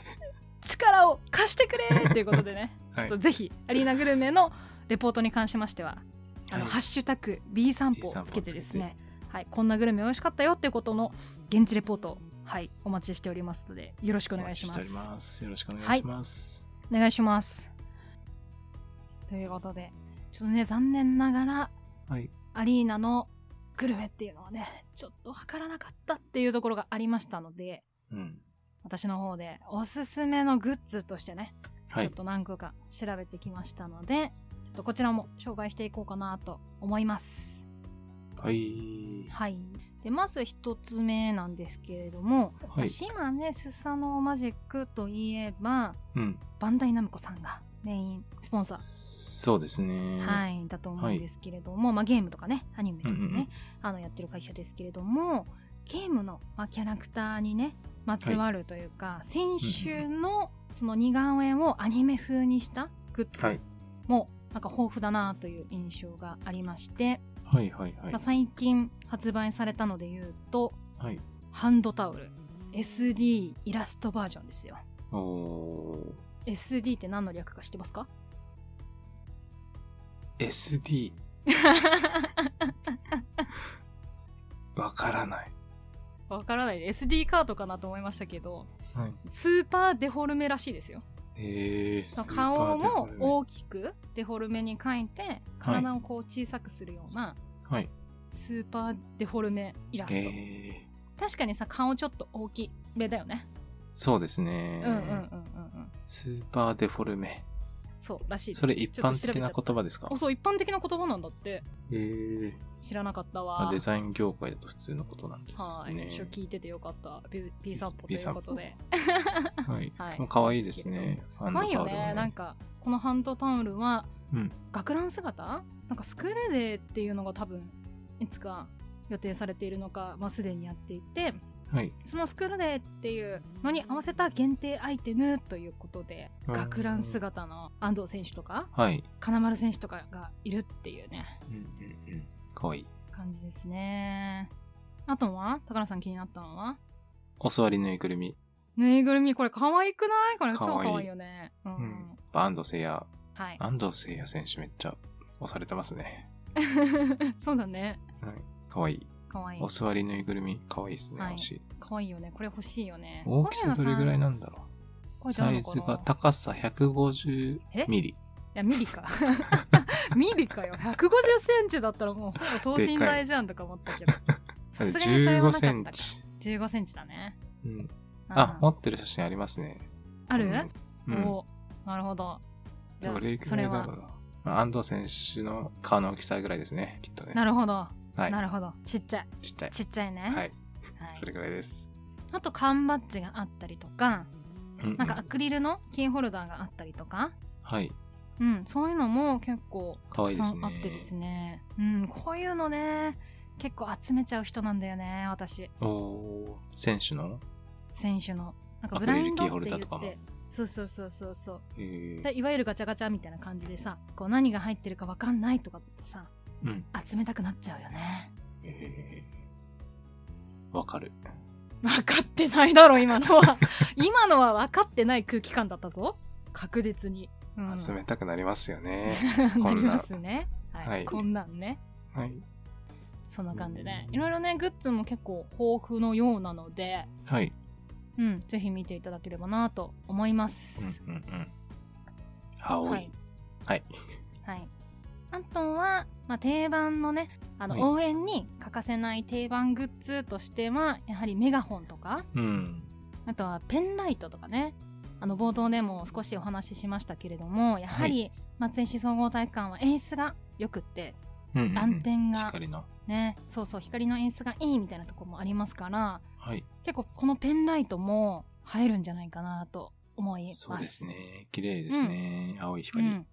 力を貸してくれっていうことでね、 (laughs) はい (laughs) ちょっとぜひアリーナグルメのレポートに関しましては「あのはいハッシュタグ #B 散歩」つけてですね、はい、こんなグルメ美味しかったよっていうことの現地レポートを、はい、お待ちしておりますのでよろしくお願いします。お待ちしております。よろしくお願いします。お願いしますということでちょっとね残念ながらはい。アリーナのグルメっていうのはねちょっと測らなかったっていうところがありましたのでうん。私の方でおすすめのグッズとしてねはちょいっ。と何個か調べてきましたので、ちょっとこちらも紹介していこうかなと思います。はい。はい。で、まず一つ目なんですけれども、はい。島根スサノオマジックといえば、うん。バンダイナムコさんがメインスポンサー。そうですね。はい、だと思うんですけれども、まあ、ゲームとかねアニメとかね、うんうんうんあのやってる会社ですけれどもゲームの、まあ、キャラクターにねまつわるというか、先週のその似顔絵をアニメ風にしたグッはズい。もなんか豊富だなという印象がありまして、はいはいはいまあ、。最近発売されたので言うとはい。ハンドタオル SD イラストバージョンですよおお SD って何の略か知ってますかー。SD。わからない。わからない SD カードかなと思いましたけどはい。スーパーデフォルメらしいですよえー、スーパ顔ーデフもォルメ大きくデフォルメに描いて体をこう小さくするようなはい。スーパーデフォルメイラスえト、ー、確かにさ顔ちょっと大きめだよね、そうですね、うんうんうんうんうんスーパーデフォルメ。そうらしいですそれ一般的なこと言葉ですかおそう一般的な言葉なんだってえー、知らなかったまわあデザイン業界だと普通のことなんですはい、ね。一緒聞いててよかったピピーサッポと P いうことではい。はいでも可愛いですね。ハンドまタオあいいルよも、ねなんかこのハンドタオルはうん。学ラン姿なんかスクールデーっていうのが多分いつか予定されているのか、まあ、すでにやっていてはい。そのスクールデーっていうのに合わせた限定アイテムということでうん学ラン姿の安藤選手とかはい。金丸選手とかがいるっていうねうんうんうん。可愛い。感じですねあとは高野さん気になったのはお座りぬいぐるみ。ぬいぐるみこれ可愛くないこれ超可愛いよねうん、うん。安藤聖也。はい (laughs) 安藤聖也選手めっちゃ押されてますね。そうだねはい。可愛い。可愛いお座りぬいぐるみ。可愛いですね。はい欲しい。可愛いよねこれ欲しいよね大きさどれぐらいなんだろう。これどサうなのイかズなが高さ150えミリ。いや、ミリか。 (laughs) ミリかよ。150センチだったらもうほぼ等身大じゃんとか思ったけど。さすがにそれ15はなかセっンたか。チ。 15センチだね。うん。うあ、ん持ってる写真ありますね。ある、うんうん。おなるほど。じゃどあれぐそらいれだろはう。な。まあ安藤選手の顔の大きさぐらいですね、きっとね。なるほど、はいな。るほど。ちっちゃい。ちっちゃい。ちっちゃいね。ははいい。それぐらいです。あと缶バッジがあったりとか、ううなんかアクリルのキーホルダーがあったりとか、はい。うん、そういうのも結構可愛いたですくさねんあってですね。うん、こういうのね、結構集めちゃう人なんだよね、私。おおー選手の選手のなんかアブクリラルインドキーホっルてダ言ーとかっもてそうそうそうそうそうえーでいわゆるガチャガチャみたいな感じでさこう何が入ってるかわかんないとかだとさうん。集めたくなっちゃうよねえーわかる。分かってないだろ今の (laughs) は今のは分かってない空気感だったぞ確実に、うん、集めたくなりますよね。 (laughs) なこりんなますねはい、はいこんなんねはい。そんな感じでうんいろいろねグッズも結構豊富のようなのではい。うんぜひ見ていただければなと思います、うんうんうん。青い。はいはい。はい。あとは、まあ、定番のねあの、はい応援に欠かせない定番グッズとしてはやはりメガホンとかうん。あとはペンライトとかねあの冒頭でも少しお話ししましたけれどもやははり松江市総合体育館は演出がよくってうんうんうん暗転が光の。ねそうそう光の演出がいいみたいなところもありますからはい。結構このペンライトも映えるんじゃないかなと思います。そうですね。綺麗ですね。青いう光。ん、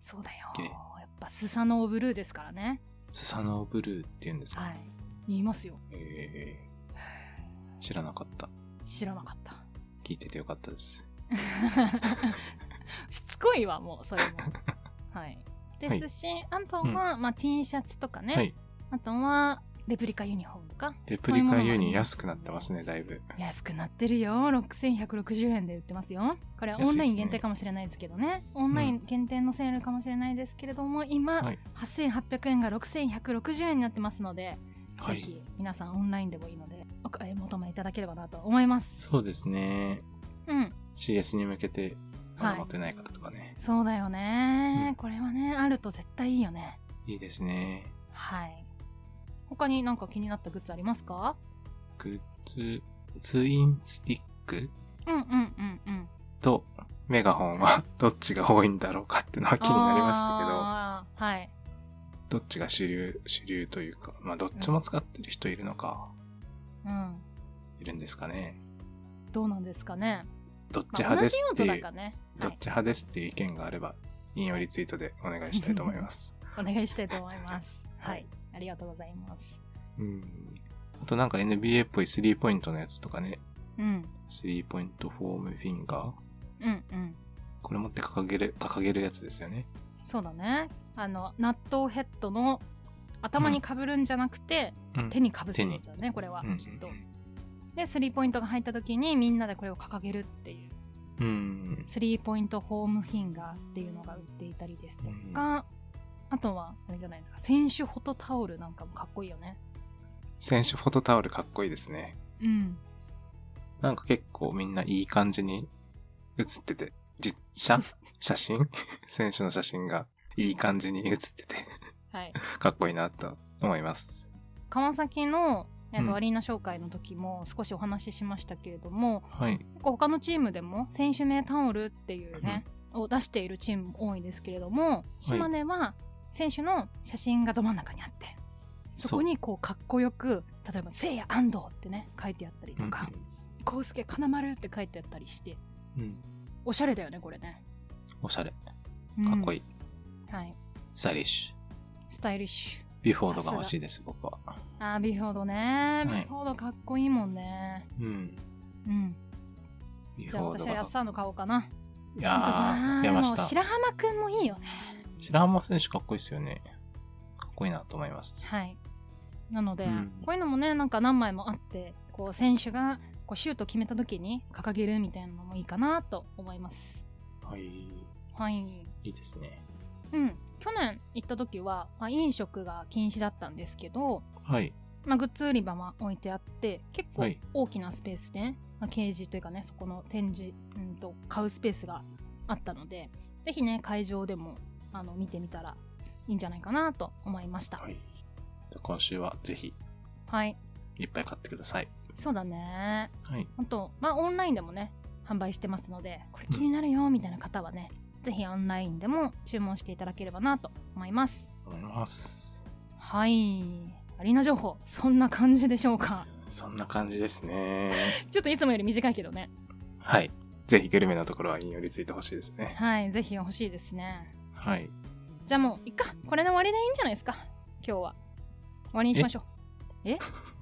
そうだよ綺麗やっぱスサノオブルーですからねスサノオブルーって言うんですか、はい言いますよえー知らなかった。知らなかった聞いててよかったです。しつこいわも (laughs) うそれもはいはいですし、あとは、まあ、T シャツとかね、はい。あとはレプリカユニフォームとかレプリカユニく安くなってますね、だいぶ。安くなってるよ6160円で売ってますよこれはオンライン限定かもしれないですけどねオンライン限定のセールかもしれないですけれども、今、はい8800円が6160円になってますので、はぜい。ひ皆さんオンラインでもいいのでお買い求めいただければなと思いますそうですね。うん、 CS に向けて、まだはい持ってない方とかね。そうだよね、うんこれはねあると絶対いいよねいいですね。はい他になんか気になったグッズありますかグッズ、ツインスティックうんうんうんうんとメガホンは (laughs) どっちが多いんだろうかっていうのは気になりましたあーはいけど、どっちが主流、主流というか、まあどっちも使ってる人いるのか、うんいるんですかね。どうなんですかね、どっちまあ、派同でじす用って途いう、だからね、どっち派ですっていう意見があれば、引用リツイートでお願いしたいと思います。はい、お願いしたいと思い (laughs) ますはいありがとうございますうん。あとなんか NBA っぽいスリーポイントのやつとかね、うんスリーポイントフォームフィンガーうんうんこれ持って掲げる、掲げるやつですよね。そうだねあの納豆ヘッドの頭にかぶるんじゃなくて、うん。手にかぶせるやつだねこれは、うんきっとでスリーポイントが入った時にみんなでこれを掲げるっていううん。スリーポイントホームフィンガーっていうのが売っていたりですとか、あとはあれじゃないですか選手フォトタオルなんかもかっこいいよね選手フォトタオルかっこいいですね。うんなんか結構みんないい感じに写ってて、実写写真 (laughs) 選手の写真がいい感じに写ってて、はいかっこいいなと思います。川崎の、えっうとんアリーナ紹介の時も少しお話ししましたけれども、はい。結構他のチームでも選手名タオルっていうね、を出しているチームも多いですけれども島根は選手の写真がど真ん中にあってそこにこうかっこよく例えば「せいや安藤」ってね書いてあったりそう、とか「こうすけ金丸」って書いてあったりしてうん。うん。おしゃれだよねこれねおしゃれ。かっこいい、い。はい、スタイリッシュ。スタイリッシュビュフォードが欲しいです、僕は。あービフォードね、いビフォードかっこいいもんねうん。うんビじフゃあォード私はが安。さんの買おうかないあやー、山下。白浜くんもいいよね白浜選手かっこいいですよね。かっこいいなと思います。はいなので、うんこういうのもねなんか何枚もあってこう選手がこうシュート決めた時に掲げるみたいなのもいいかなと思いますはい。いはいいですね。うん去年行った時は、まあ、飲食が禁止だったんですけど、はい。まあ、グッズ売り場は置いてあって結は構い大きなスペースで、まあ、ケージというかねそこの展示、うん、と買うスペースがあったのでぜひね会場でもあの見てみたらいいんじゃないかなと思いましたはい。じゃあ今週はぜひはい、いっぱい買ってください。そうだねはい。あと、まあ、オンラインでもね、販売してますので、これ気になるよみたいな方はね、ぜひオンラインでも注文していただければなと思います。思います。はい。アリーナ情報、そんな感じでしょうか。そんな感じです (laughs) ね。ちょっといつもより短いけどね。はい。ぜひグルメなところは引用リツイート欲しいですね。はい、ぜひ欲しいですね。はい。じゃあもう、いっか。これで終わりでいいんじゃないですか。今日は。終わりにしましょう。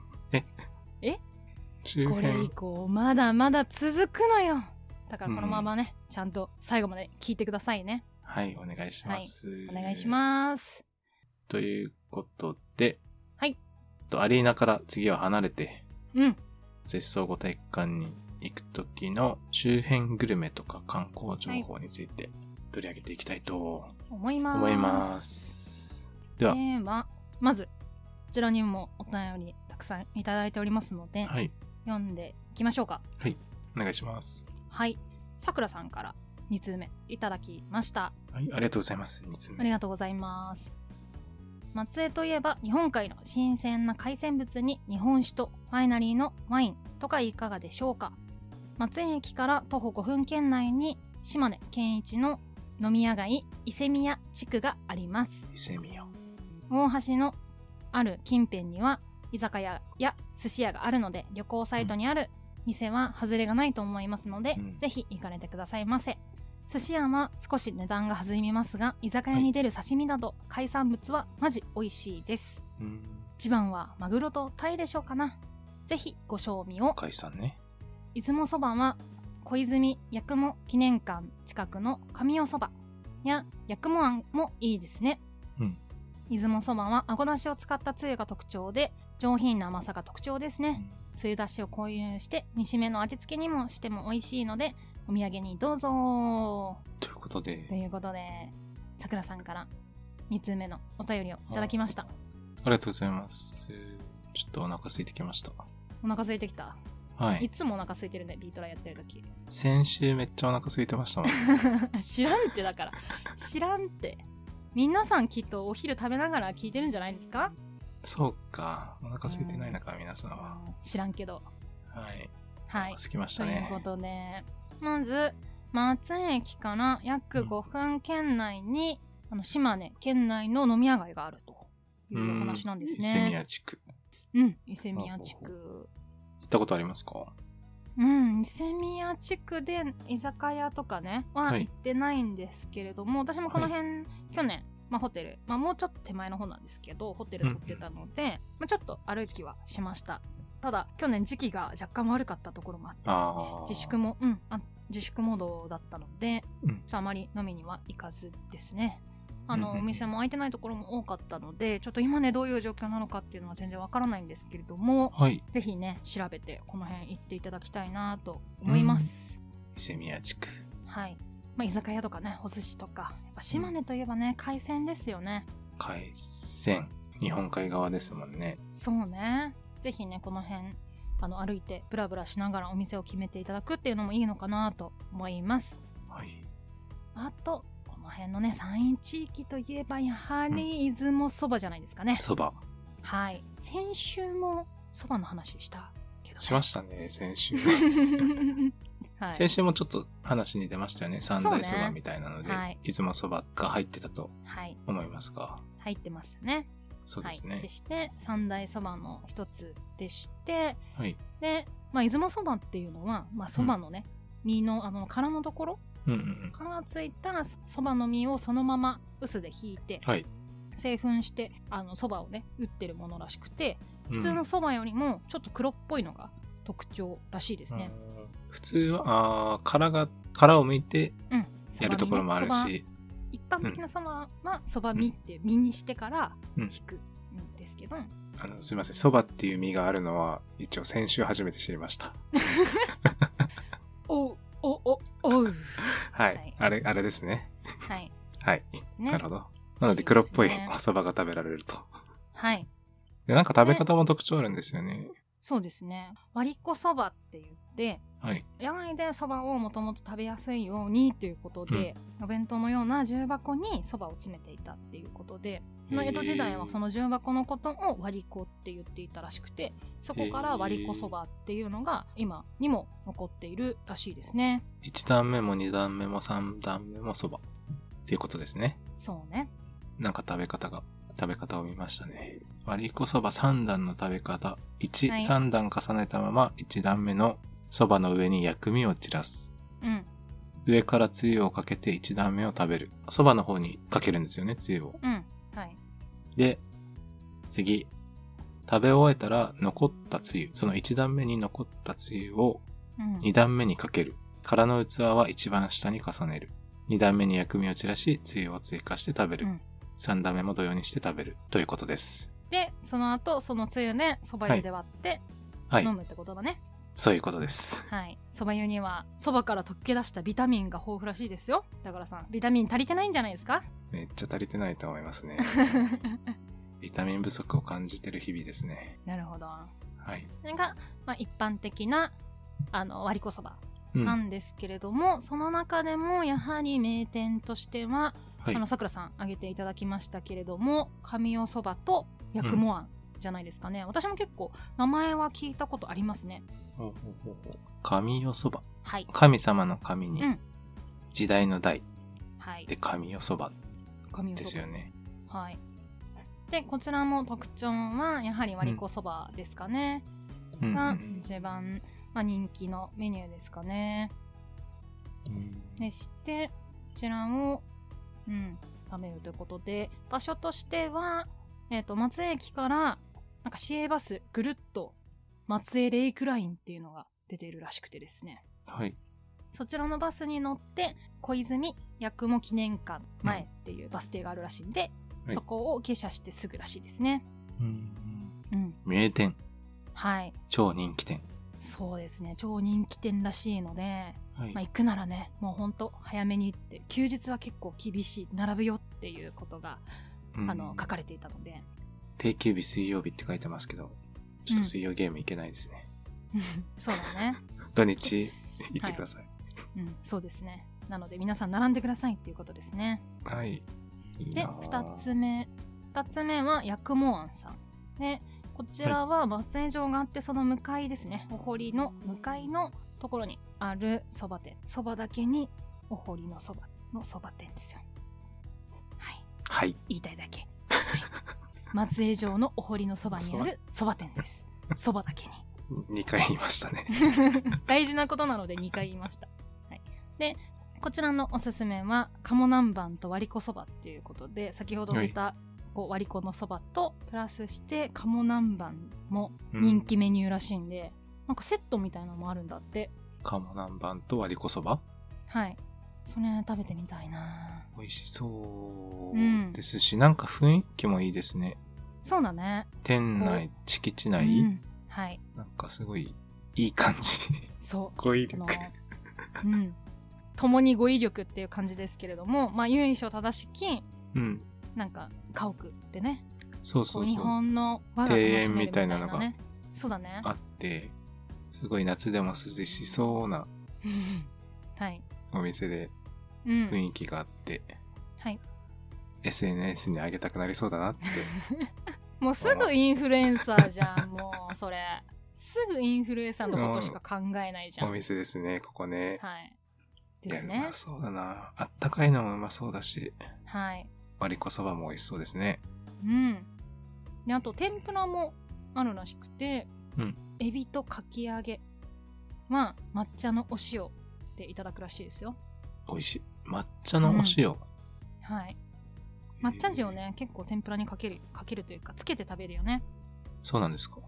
周これ以辺、降、まだまだ続くのよ。だからこのままね、ちゃんと最後まで聞いてくださいね。はい、お願いします。お願いします。す。ということで、はい。と、アリーナから次は離れて、うん。ぜひ総合体育館に行く時の周辺グルメとか観光情報について取り上げていきたいと思います。思います。では、ではまずこちらにもお便りたくさんいただいておりますので、はい、読んでいきましょうかお願いします。はいさくらさんから2通目いただきましたはい、ありがとうございます。2つあり目。がとうございます松江といえば日本海の新鮮な海鮮物に日本酒とワイナリーのワインとかいかがでしょうか松江駅から徒歩5分圏内に島根県一の飲み屋街伊勢宮地区があります伊勢宮大橋のある近辺には居酒屋や寿司屋があるので旅行サイトにある店は外れがないと思いますので、うんぜひ行かれてくださいませ寿司屋は少し値段が弾みますが居酒屋に出る刺身など海産物はマジ美味しいですうん一番はマグロとタイでしょうかなぜひご賞味を解散ね出雲そばは小泉八雲記念館近くの神尾そばや八雲庵もいいですね、うん出雲そばはあごだしを使ったつゆが特徴で上品な甘さが特徴ですね、つゆだしを購入して煮しめの味付けにもしても美味しいのでお土産にどうぞということでということでさくらさんから2通目のお便りをいただきました、ありがとうございますちょっとお腹空いてきましたお腹空いてきたはいいつもお腹空いてるねビートラやってる時先週めっちゃお腹空いてましたもん (laughs) (laughs) 知らんってだから知らんって皆さんきっとお昼食べながら聞いてるんじゃないですかそうかお腹空いてないのか皆さんは知らんけどはいはい空きましたというねことで、まず松江駅から約うん5分圏内に、あの島根県内の飲み屋街があるといううんお話なんです伊勢ね。宮地区うん、伊勢宮地区。行ったことありますかうん、伊勢宮地区で居酒屋とかねははい行ってないんですけれども、私もこの辺、去年、まあ、ホテル、まあ、もうちょっと手前の方なんですけどホテル取ってたので、まあ、ちょっと歩きはしましたただ去年時期が若干悪かったところもあってですねあー自粛も、うん、あ自粛モードだったので、うんちょっとあまり飲みには行かずですねあの、うんうんうんお店も開いてないところも多かったのでちょっと今ねどういう状況なのかっていうのは全然わからないんですけれどもはいぜひね調べてこの辺行っていただきたいなと思います、伊勢宮地区はい、まあ、居酒屋とかねお寿司とかやっぱ島根といえばね海鮮ですよね海鮮日本海側ですもんねそうねぜひねこの辺あの歩いてブラブラしながらお店を決めていただくっていうのもいいのかなと思いますはいあと、この辺のね、山陰地域といえば、やはり出雲そばじゃないですかね。そばはい。先週もそばの話したけど、ね。しましたね先週 (laughs) はい。先週もちょっと話に出ましたよね三大そばみたいなので、そうねはい出雲そばが入ってたとはい。思いますが入ってましたね。そうですはい。ねでして、三大そばの一つでして、はい、で、まあ、出雲そばっていうのは、まあ、そばのね、身の、あの、殻のところうんうんうん殻がついたそばの実をそのまま臼で引いて、はい、製粉して、あの、そばをね、打ってるものらしくて、うん普通のそばよりもちょっと黒っぽいのが特徴らしいですね。うん普通はあー殻が殻を剥いてうん、やるところもあるそばにね。し、そば一般的なそばはそば身って身にしてからうん引くんですけど、あのすいませんそばっていう実があるのは一応先週初めて知りました (laughs) おうおおおうはい、はいあれあれですねはいはい、ですねなるほどなので黒っぽいそうですねおそばが食べられるとはいでなんか食べ方も特徴あるんですよねそうですね割り子そばって言ってはい野外でそばをもともと食べやすいようにということで、お弁当のような重箱にそばを詰めていたっていうことでこの江戸時代はその重箱のことを割り子って言っていたらしくてそこから割り子そばっていうのが今にも残っているらしいですね1段目も2段目も3段目もそばっていうことですねそうねなんか食べ方が食べ方を見ましたね割りこそば3段の食べ方13、はい三段重ねたまま1段目のそばの上に薬味を散らすうん上からつゆをかけて1段目を食べるそばの方にかけるんですよねつゆをうんはいで次食べ終えたら残ったつゆその1段目に残ったつゆをうん2段目にかける。空の器は一番下に重ねる。2段目に薬味を散らし、つゆを追加して食べる。うん3段目も同様にして食べる。ということです。でその後そのつゆでそば湯で割ってはい飲。むってことだねそういうことです。はいそば、湯にはそばから溶け出したビタミンが豊富らしいですよだからさんビタミン足りてないんじゃないですかめっちゃ足りてないと思います (laughs) ね。ビタミン不足を感じてる日々ですね。なるほどはい。それが、まあ、一般的なあの割りこそばうんなんですけれども、その中でもやはり名店としては、はいあのさくらさん挙げていただきましたけれども神尾そばと薬クモアンじゃないですかね、私も結構名前は聞いたことありますねほうほうほうほう神よそばはい神様の神に、うん時代の代はいで神よそば神尾ですそよねばはいでこちらも特徴はやはり割り子そばですかね、うんうんが一番、まあ、人気のメニューですかねうんでしてこちらを、うん、食べるということで場所としては、えー、と松江駅からなんか市営バスぐるっと松江レイクラインっていうのが出ているらしくてですねはいそちらのバスに乗って小泉八雲記念館前っていうバス停があるらしいんで、はいそこを下車してすぐらしいですねうんうん名店はい超人気店そうですね超人気店らしいのではい、まあ、行くならねもうほんと早めに行って休日は結構厳しい並ぶよっていうことが、うんあの書かれていたので (laughs) 定休日水曜日って書いてますけどちょっと水曜ゲーム行けないですね、そうだね、土日行ってくださいうん、そうですねなので皆さん並んでくださいっていうことですねはい、い、いでなぁ2つ目2つ目は薬クモアンさんでこちらは松江城があってその向かいですねお堀の向かいのところにあるそば店そばだけにお堀のそばのそば店ですよはいはい言いたいだけ松江城のお堀のそばにあるそば店ですそばだけに2回言いましたね大事なことなので2回言いました、はい、でこちらのおすすめは鴨南蛮と割り子そばっていうことで先ほど出たこう割り子のそばとプラスして鴨南蛮も人気メニューらしいんで、なんかセットみたいなのもあるんだって鴨南蛮と割りこそばはいそれ食べてみたいな美味しそうんうですし、なんか雰囲気もいいですねそうだね、店内敷地内、うんはいなんかすごいいい感 (laughs) じそう語彙あのうん、共に語彙力っていう感じですけれども、まあ、由緒正しきうんなんか家屋ってねそうこそうう日そう本の和が楽しめるみたいな,、ね、庭園みたいなのがそうだねあってすごい夏でも涼しそうなはい、お店でうん雰囲気があって、はい SNS に上げたくなりそうだなってもうすぐインフルエンサーじゃんもうそれすぐインフルエンサーのことしか考えない (laughs) じゃん、お店ですねここね、はいいでやすうねまそうだなあったかいのもうまそうだしはい割りこそばも美味しそうですねうんであと天ぷらもあるらしくて、うんエビとかき揚げは抹茶のお塩でいただくらしいですよ美味しい抹茶のお塩、はい抹茶塩ね、結構天ぷらにかけるかけるというかつけて食べるよねそうなんですか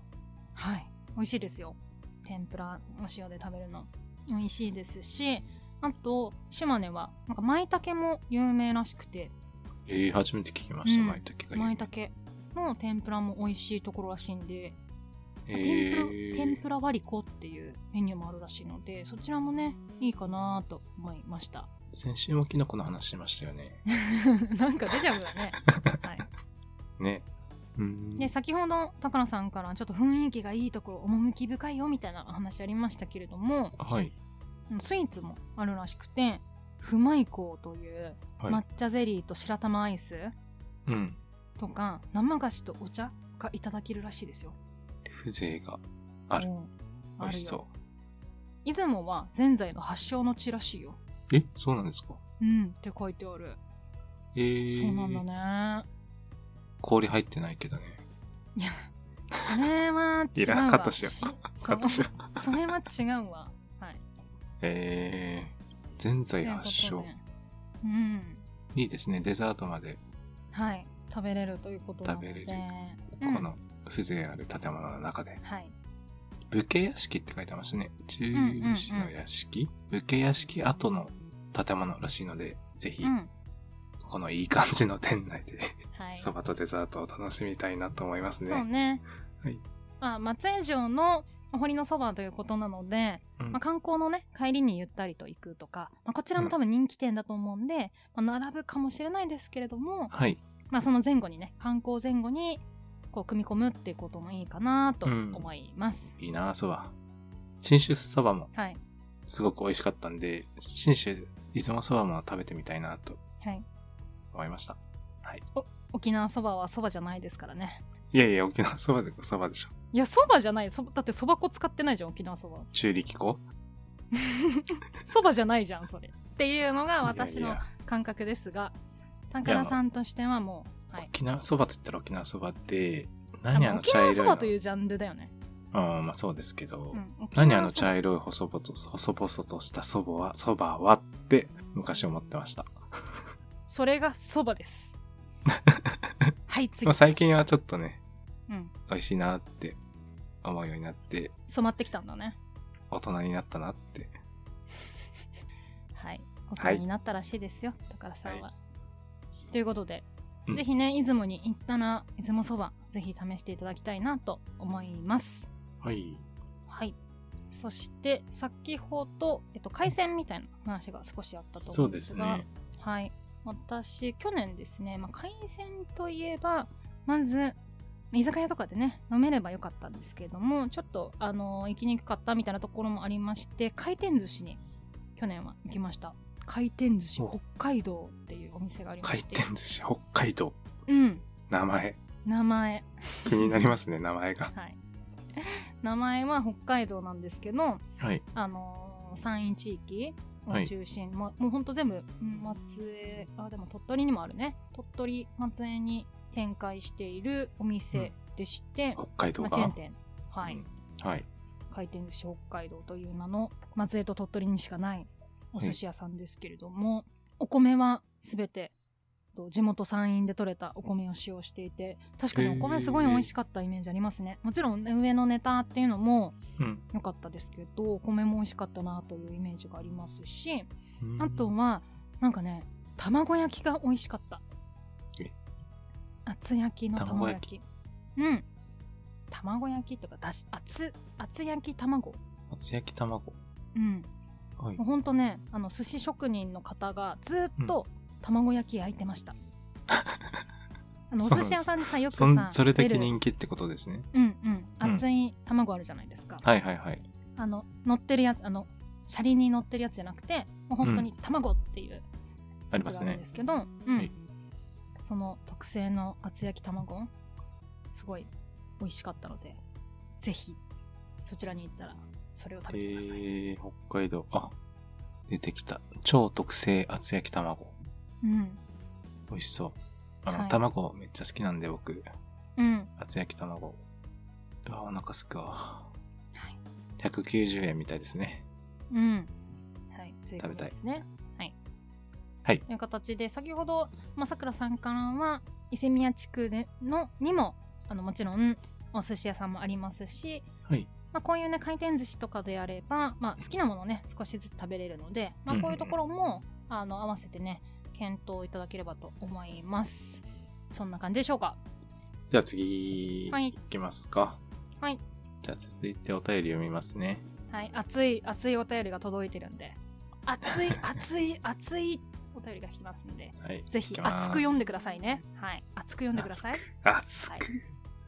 はい美味しいですよ天ぷらの塩で食べるの美味しいですしあと島根はなんか舞茸も有名らしくてえー、初めて聞きました、うん舞茸が有名舞茸の天ぷらも美味しいところらしいんでえ天ぷらー、天ぷら割り子っていうメニューもあるらしいのでそちらもねいいかなと思いました先週もキノコの話しましたよ (laughs) ねなんかデジャブだね、 (laughs) はい、ねうーんで先ほど高野さんからちょっと雰囲気がいいところ趣深いよみたいなお話ありましたけれどもはいうんスイーツもあるらしくて不舞香というはい、抹茶ゼリーと白玉アイスうんとか生菓子とお茶がいただけるらしいですよ風情があるうんあるよ美味しそ出雲はぜんざいの発祥の地らしいようえそうなんですかうんって書いてあるえー、そうなんだね。氷入ってないけどねいそれは違うわ。らんカットしようしカットしようそうそれは違うわ。はい。えー、ぜんざい発という祥ことでうん。いいですねデザートまではい。食べれるということなので。食べれるうんこの風情ある建物の中ではい。武家屋敷って書いてますね十武士の屋敷、武家屋敷跡の建物らしいのでぜひうん。このいい感じの店内で (laughs) はい。そばとデザートを楽しみたいなと思いますね。そうね。はいまあ、松江城のお堀のそばということなので、うんまあ、観光のね帰りにゆったりと行くとか、まあ、こちらも多分人気店だと思うんで、まあ、並ぶかもしれないですけれども、はい。まあ、その前後にね観光前後にこう組み込むってこともいいかなと思います、いいなあ、そば。信州そばもはいすごく美味しかったんで、信州出雲そばも食べてみたいなとはい、思いました。沖縄そばはそばじゃないですからねいやいや、沖縄そばでそばでしょ。いやそばじゃないそばだってそば粉使ってないじゃん沖縄そば中力粉そばじゃないじゃんそれっていうのがい私やのいや感覚ですが高田さんとしてはもう、はい、沖縄そばと言ったら沖縄そばで、あ何あのの沖茶色縄いのそばというジャンルだよね、うん、まあそうですけど、うん、沖縄そば何あの茶色い細々と、細々としたそばは、そばはって昔思ってました。それがそばですはい次 (laughs) まあ、最近はちょっとね、うん、美味しいなって思うようになって、染まってきたんだね大人になったなって。はいはい大人になったらしいですよ、高田さんは、はということで、うんぜひね出雲に行ったら出雲そばぜひ試していただきたいなと思いますはい。はいそして先ほど、えっと、海鮮みたいな話が少しあったと思そううんでですすがね。はい、私去年ですね、まあ、海鮮といえばまず居酒屋とかでね飲めればよかったんですけれどもちょっとあの行きにくかったみたいなところもありまして回転寿司に去年は行きました回転寿司お北海道っていうお店がありま回して転寿司、北海道。うん名前。名前気になりますね、名前が。はい (laughs) 名前は北海道なんですけどはい。あのー山陰地域をはい中心、ま、もうほんと全部うん松江あでも鳥取にもあるね鳥取松江に展開しているお店でして、北海道まあ、チェーがン。店はい、うんはい。回転寿司北海道という名の松江と鳥取にしかないお寿司屋さんですけれども、お米は全てと地元山陰で採れたお米を使用していて確かにお米すごい美味しかったイメージありますね、もちろんね上のネタっていうのもうん。良かったですけどお米も美味しかったなというイメージがありますしうんあと、はなんかね卵焼きが美味しかったえ厚焼きの卵卵焼焼きうん卵焼きっていうかだし厚厚焼き卵厚焼き卵。うんはいもう。ほんとねあの寿司職人の方がずっと卵焼き焼いてました、あのおそうな寿んです司屋さんでさよくそさんそれだ出ける人気ってことですね。うんうんうん厚い卵あるじゃないですか、はいはいはい。あの乗ってるやつあのシャリに乗ってるやつじゃなくてもう本当に卵っていうありやまつすがあるねんで。すけど、うんはいその特製の厚焼き卵すごい美味しかったのでぜひそちらに行ったらそれを食べてください、えー、北海道。あ、出てきた。超特製厚焼き卵。うん美味しそう。あの、はい卵めっちゃ好きなんで僕、うん厚焼き卵。うわ、お腹すくわ。はい190円みたいですね。うんはいというこ食べとたいですねはい、はいという形で先ほどまあさくらさんからは伊勢宮地区でのにもあのもちろんお寿司屋さんもありますしはい。まあ、こういうね回転寿司とかであれば、まあ、好きなものをね少しずつ食べれるので、まあ、うんこういうところも、あの合わせてね検討いただければと思いますそんな感じでしょうかじゃあ次、はいい、きますか。はい。じゃあ続いてお便り読みますね。はい熱い熱いお便りが届いてるんで熱い熱い熱いお便りが来ますんではい。ぜひいきます熱く読んでくださいねはい熱く読んでください熱く。はい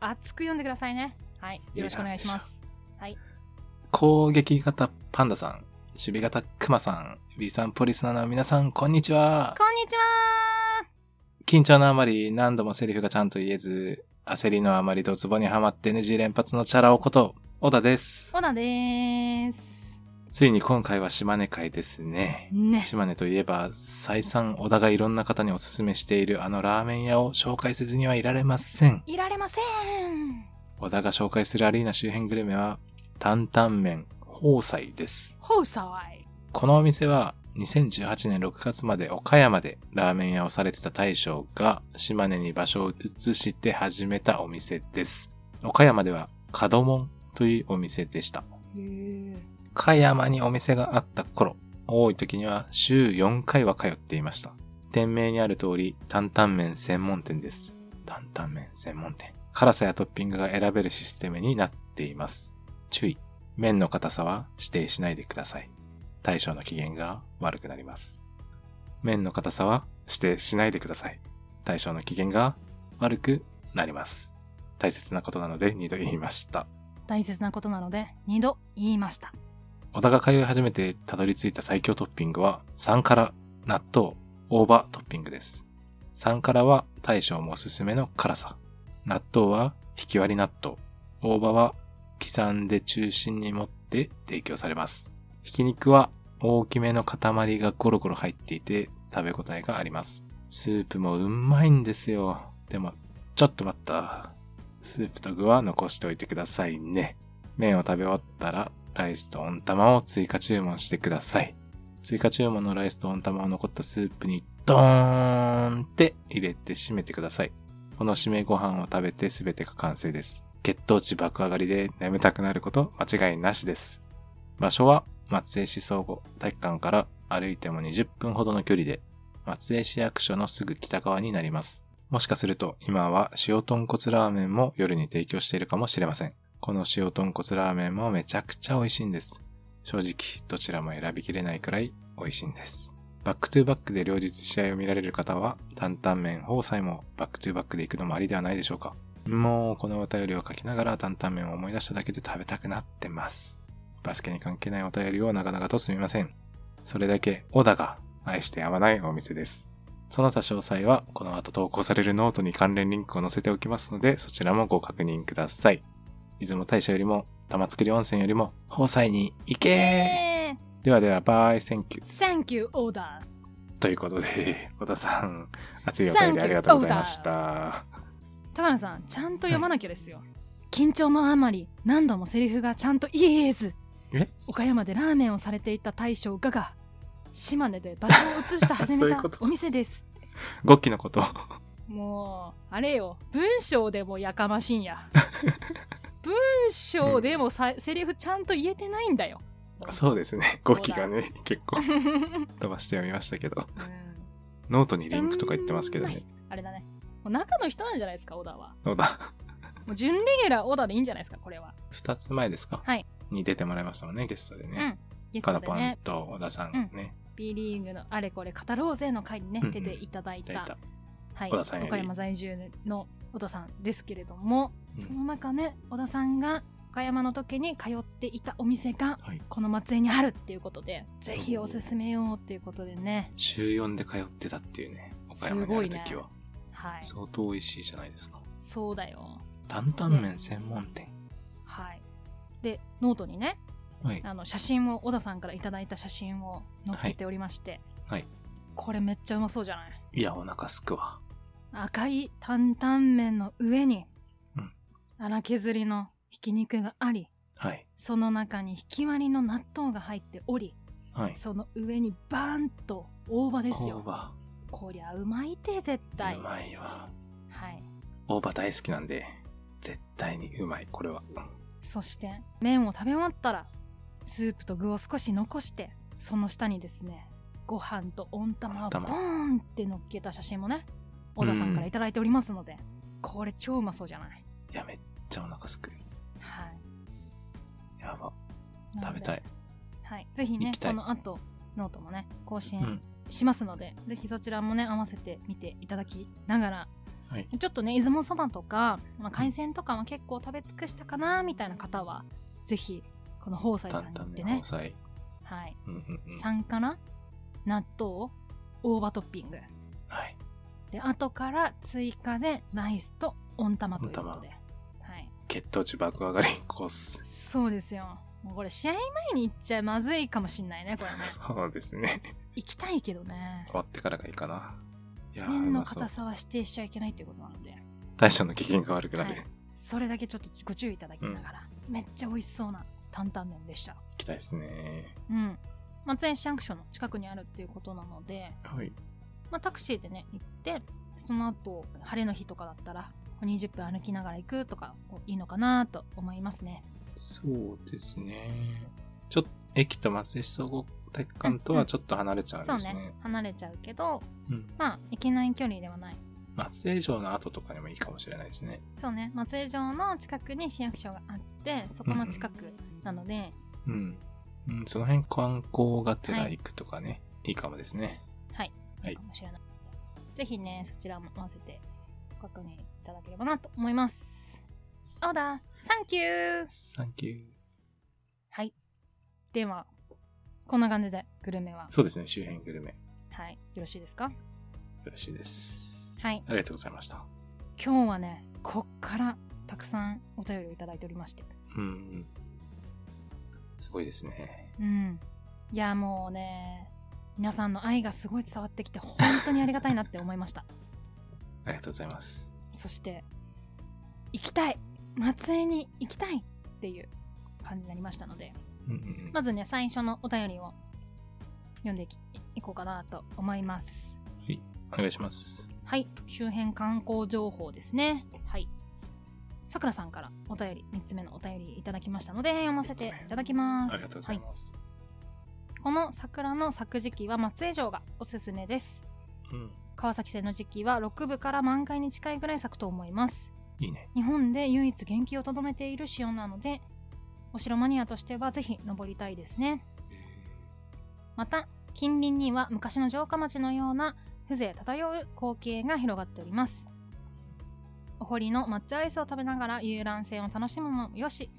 熱く読んでくださいねはいよろしくお願いします攻撃型パンダさん、守備型クマさん、B さんポリスナーの皆さん、こんにちは。こんにちは緊張のあまり何度もセリフがちゃんと言えず、焦りのあまりドツボにはまって NG 連発のチャラ男こと、小田です。小田でーすついに今回は島根会ですね。ね島根といえば、再三小田がいろんな方におすすめしているあのラーメン屋を紹介せずにはいられません。いられません小田が紹介するアリーナ周辺グルメは、担々麺、宝菜です。ほうさわいこのお店は2018年6月まで岡山でラーメン屋をされてた大将が島根に場所を移して始めたお店です。岡山では門門というお店でした。へえ岡山にお店があった頃、多い時には週4回は通っていました。店名にある通り、担々麺専門店です。担々麺専門店。辛さやトッピングが選べるシステムになっています。注意。麺の硬さは指定しないでください。対象の機嫌が悪くなります。麺の硬さは指定しないでください。対象の機嫌が悪くなります。大切なことなので二度言いました。大切なことなので二度言いました小田が通い始めてたどり着いた最強トッピングは、3辛、納豆、大葉トッピングです。3辛は大将もおすすめの辛さ。納豆は引き割り納豆。大葉は刻んで中心に持って提供されます。ひき肉は大きめの塊がゴロゴロ入っていて食べ応えがあります。スープもうまいんですよ。でも、ちょっと待った。スープと具は残しておいてくださいね。麺を食べ終わったら、ライスと温玉を追加注文してください。追加注文のライスと温玉を残ったスープにドーンって入れて締めてください。この締めご飯を食べて全てが完成です。血糖値爆上がりで眠たくなること間違いなしです。場所は松江市総合体育館から歩いても20分ほどの距離で、松江市役所のすぐ北側になります。もしかすると今は塩豚骨ラーメンも夜に提供しているかもしれません。この塩豚骨ラーメンもめちゃくちゃ美味しいんです。正直どちらも選びきれないくらい美味しいんです。バックトゥーバックで両日試合を見られる方は、担々麺、包菜もバックトゥーバックで行くのもありではないでしょうか。もうこのお便りを書きながら担々麺を思い出しただけで食べたくなってます。バスケに関係ないお便りをなかなかとすみません。それだけ小田が愛してやまないお店です。その他詳細はこの後投稿されるノートに関連リンクを載せておきますので、そちらもご確認ください。出雲大社よりも、玉造温泉よりも、宝斎に行けえーではでは、バイ、センキュー。 !Thank you, order! ということで、 (laughs) 小田さん、熱いお便りありがとうございました。高野さん、ちゃんと読まなきゃですよ。緊張のあまり、何度もセリフがちゃんと言えず。え岡山でラーメンをされていた大将がが、島根で場所を移して始そういめうたことお店です。ゴッキのこと。もう、あれよ、文章でもやかまし (laughs) いんや。文章でもさ、セリフちゃんと言えてないんだよ。そうですね。ゴッキがね、結構飛ばして読みましたけど。うんノートにリンクとか言ってますけどね。あれだね。もう中の人なんじゃないですか、小田は。小田、もう準レギュラー小田でいいんじゃないですか、これは。二つ前ですかはい。に出てもらいましたもんね、ゲストでね。ゲスかトなでぽんね、と小田さんがね、 B リーグのあれこれ語ろうぜの会にね、うんうん出ていただいいただいた、た。はい、小田さんより岡山在住の小田さんですけれども、うんその中ね、小田さんが岡山の時に通っていたお店が、はいこの松江にあるっていうことで、そうぜひおすすめようっていうことでね、週4で通ってたっていうね、岡山にある時は。はい、相当美味しいじゃないですか。そうだよ。担々麺専門店。はい。で、ノートにね、はい。あの写真を小田さんからいただいた写真を載っけておりまして、はいはいこれめっちゃうまそうじゃないいや、お腹すくわ。赤い担々麺の上にうん荒削りのひき肉がありはい。その中にひき割りの納豆が入っておりはい。その上にバーンと大葉です大よ葉。こりゃうまいて絶対うまいわ。はい、大葉大好きなんで、絶対にうまい、これは。そして麺を食べ終わったらスープと具を少し残してその下にですねご飯と温玉温をボ玉ーンって乗っけた写真もね小田さんから頂いただいておりますので、これ超うまそうじゃない、いや、めっちゃお腹すく。はい、やば。な食のでべたい。はい、ぜひね行きたいこの後ノートもね更う新ん。しますので、ぜひそちらもね合わせて見ていただきながらはい。ちょっとね出雲そばとか、まあ、海鮮とかは結構食べ尽くしたかなみたいな方はぜひこの宝斎さん担に行っ々て麺ね宝菜。はいうんうんうん。酸かな納豆大葉トッピングはい。で後から追加でライスと温玉ということで、はい、血糖値爆上がりコース。 (laughs) そうですよもうこれ試合前に行っちゃまずいかもしんないねこれねそうですね。行きたいけどね終わってからがいいかな。いやー、う麺のまそう硬。さは指定しちゃいけないっていうことなので大将の機嫌が悪くなる。はい行それだけちょっとご注意いただきながら、めっちゃ美味しそうな担々麺でしたきたいですね。うん松江市役所の近くにあるっていうことなので、はい。まあ、タクシーでね行ってその後晴れの日とかだったらこう20分歩きながら行くとかこういいのかなと思いますねそうですね。ちょっと、駅と松江市総合体育館とはちょっと離れちゃうんそうでねすね。離れちゃうけどうん。まあ行けない距離ではない松江城の後とかにもいいかもしれないですね。そうね松江城の近くに市役所があってそこの近くなので、うん。うん、その辺観光がてら行くとかね、い、いかもですね。はいいいかもしれないのでぜひねそちらも合わせてご確認いただければなと思いますオーダーサンキュー Thank you. はい。ではこんな感じでグルメはそうですね、周辺グルメ。よはいよろしいですかろしいです。はいありがとうございました。今日はねこっからたくさんお便りをいただいておりましてうんうん。すごいですね。うんいやもうね皆さんの愛がすごい伝わってきて本当にありがたいなって思いました (laughs) ありがとうございます。そして行きたい松江に行きたいっていう感じになりましたのでうんうんまずね最初のお便りを読んでいきいこうかなと思いますお願いします。はい、周辺観光情報ですね。はい。さくらさんからお便り、3つ目のお便りいただきましたので、読ませていただきます。ありがとうございはます。い、この桜の咲く時期は松江城がおすすめです。うん。川崎線の時期は6部から満開に近いぐらい咲くと思います。いいね。日本で唯一元気をとどめている城なので、お城マニアとしてはぜひ登りたいですね。また近隣には昔の城下町のような風情漂う光景が広がっておりますお堀の抹茶アイスを食べながら遊覧船を楽しむのもよし、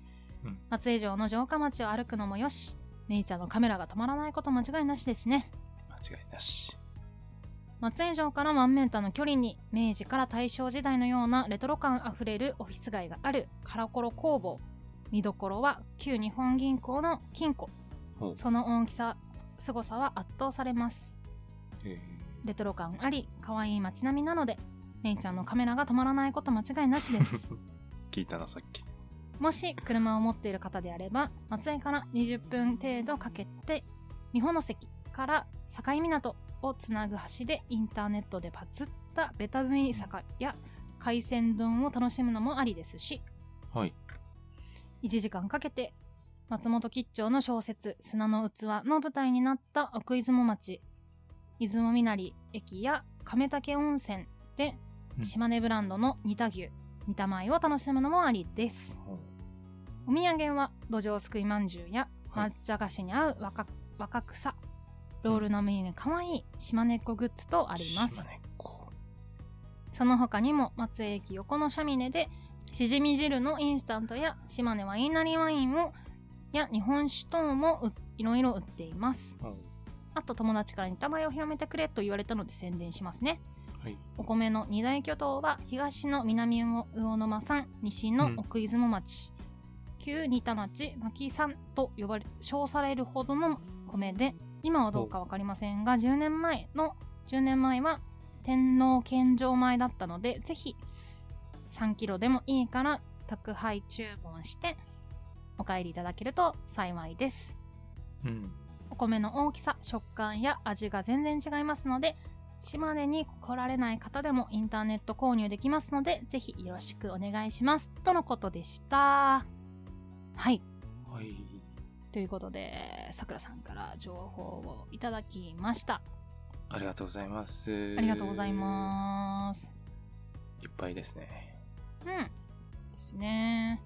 うん松江城の城下町を歩くのもよしめいちゃんのカメラが止まらないこと間違いなしですね間違いなし。松江城から万メーターの距離に明治から大正時代のようなレトロ感あふれるオフィス街があるカラコロ工房見どころは旧日本銀行の金庫ほうその大きさ凄さは圧倒されますえレトロ感あり可愛い街並みなのでめいちゃんのカメラが止まらないこと間違いなしです (laughs) 聞いたな、さっき。もし車を持っている方であれば松江から20分程度かけて三保関から境港をつなぐ橋でインターネットでパツったベタ踏み坂や海鮮丼を楽しむのもありですしはい。 1時間かけて松本吉兆の小説「砂の器」の舞台になった奥出雲町出雲みなり駅や亀竹温泉でうん島根ブランドの煮た牛煮た米を楽しむのもありですほうお土産は土壌すくいまんじゅうやはい抹茶菓子に合う若若草ロールの目にかわいい島根っ子グッズとあります島根っ子その他にも松江駅横のシャミネでしじみ汁のインスタントや島根ワイナリーワインをや日本酒等もういろいろ売っていますほうあと友達から煮たまを広めてくれと言われたので宣伝しますねはい。お米の二大巨頭は東の南魚沼産西の奥出雲町、旧仁田町牧産と呼ばれ称されるほどの米で今はどうか分かりませんが10年前の10年前は天皇献上米だったのでぜひ3キロでもいいから宅配注文してお帰りいただけると幸いですうん。お米の大きさ食感や味が全然違いますので島根に来られない方でもインターネット購入できますのでぜひよろしくお願いしますとのことでしたはいはい。ということでさくらさんから情報をいただきましたありがとうございます。ありがとうございますす。いっぱいですね。うんですね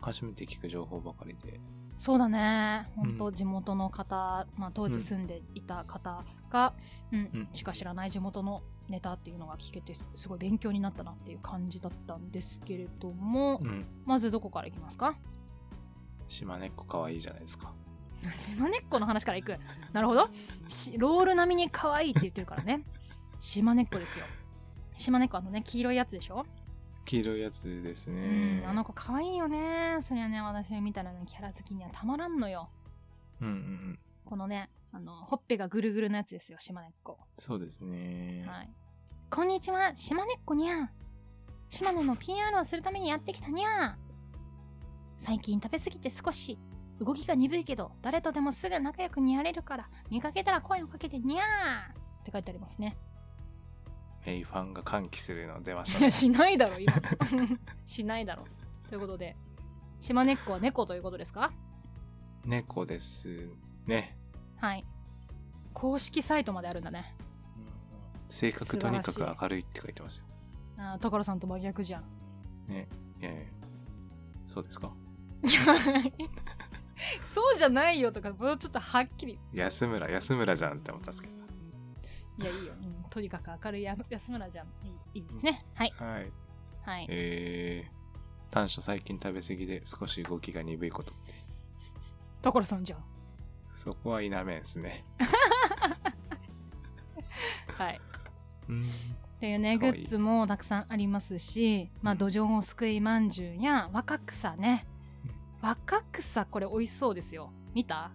初めて聞く情報ばかりで。そうだね本う当ん地元の方、まあ、当時住んでいた方が、うんうんしか知らない地元のネタっていうのが聞けてすすごい勉強になったなっていう感じだったんですけれども、うん。まずどこからいきますか島根っ子可愛いじゃないですか。島根っ子の話からいくなるほど (laughs) しロール並みに可愛いって言ってるか (laughs) らね島根っ子ですよ島根っ子あのね黄色いやつでしょ、黄色いやつですうんね。あの子可愛いよねそりゃね私みたいなねキャラ好きにはたまらんのようんうんうん。このねあのほっぺがぐるぐるのやつですよ島根っ子そうですね。はい。こんにちは、島根っこにゃん。島根の PR をするためにやってきたにゃん。最近食べ過ぎて少し動きが鈍いけど、誰とでもすぐ仲良くにやれるから、見かけたら声をかけてにゃんって書いてあります (laughs) ね。メイファンが歓喜するの出ましたいね (laughs) や、。しないだろ、今。しないだろ。ということで、島根っこは猫ということですか猫ですね。はい。公式サイトまであるんだね。性格とにか素晴らしくい明るいって書いてますよ。あー所さんと真逆じゃん。ね。いやいやそうですか。いや (laughs) そうじゃないよとか、もうちょっとはっきり。安村、安村じゃんって思ったんですけど。いや、いいよ、うんとにかく明るいや安村じゃん。いいいいですね。はい。はい。はい。えー、短所最近食べ過ぎで少し動きが鈍いこと。所さんじゃん。そこは否めんですね。はい、うん。というねかグわいいッズもたくさんありますし、まあ、うん土壌をすくいまんじゅうや若草ねうん若草これ美味しそうですよ見た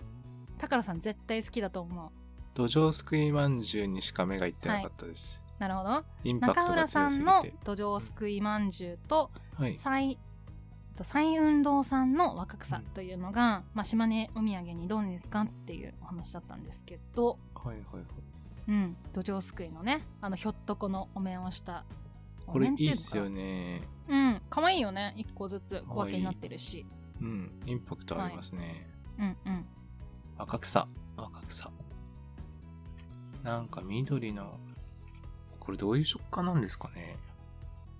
宝さん絶対好きだと思う土壌すくいまんじゅうにしか目がいってなかったです。なるほどインパク中ト浦がさ強すぎんて。の土壌すくいまんじゅうとはい。蔡と蔡運動さんの若草うんというのが、まあ、島根お土産にどうですかっていうお話だったんですけど、はいはいはい。うん、土壌すくいのねあのひょっとこのお面をしたおこれ面いっていいうのっかすよね。うん可愛いよね一個ずつ小可愛分いけになってるしうん。インパクトありますね。うんうん赤草。赤草。なんか緑の、これどういう食感なんですかね。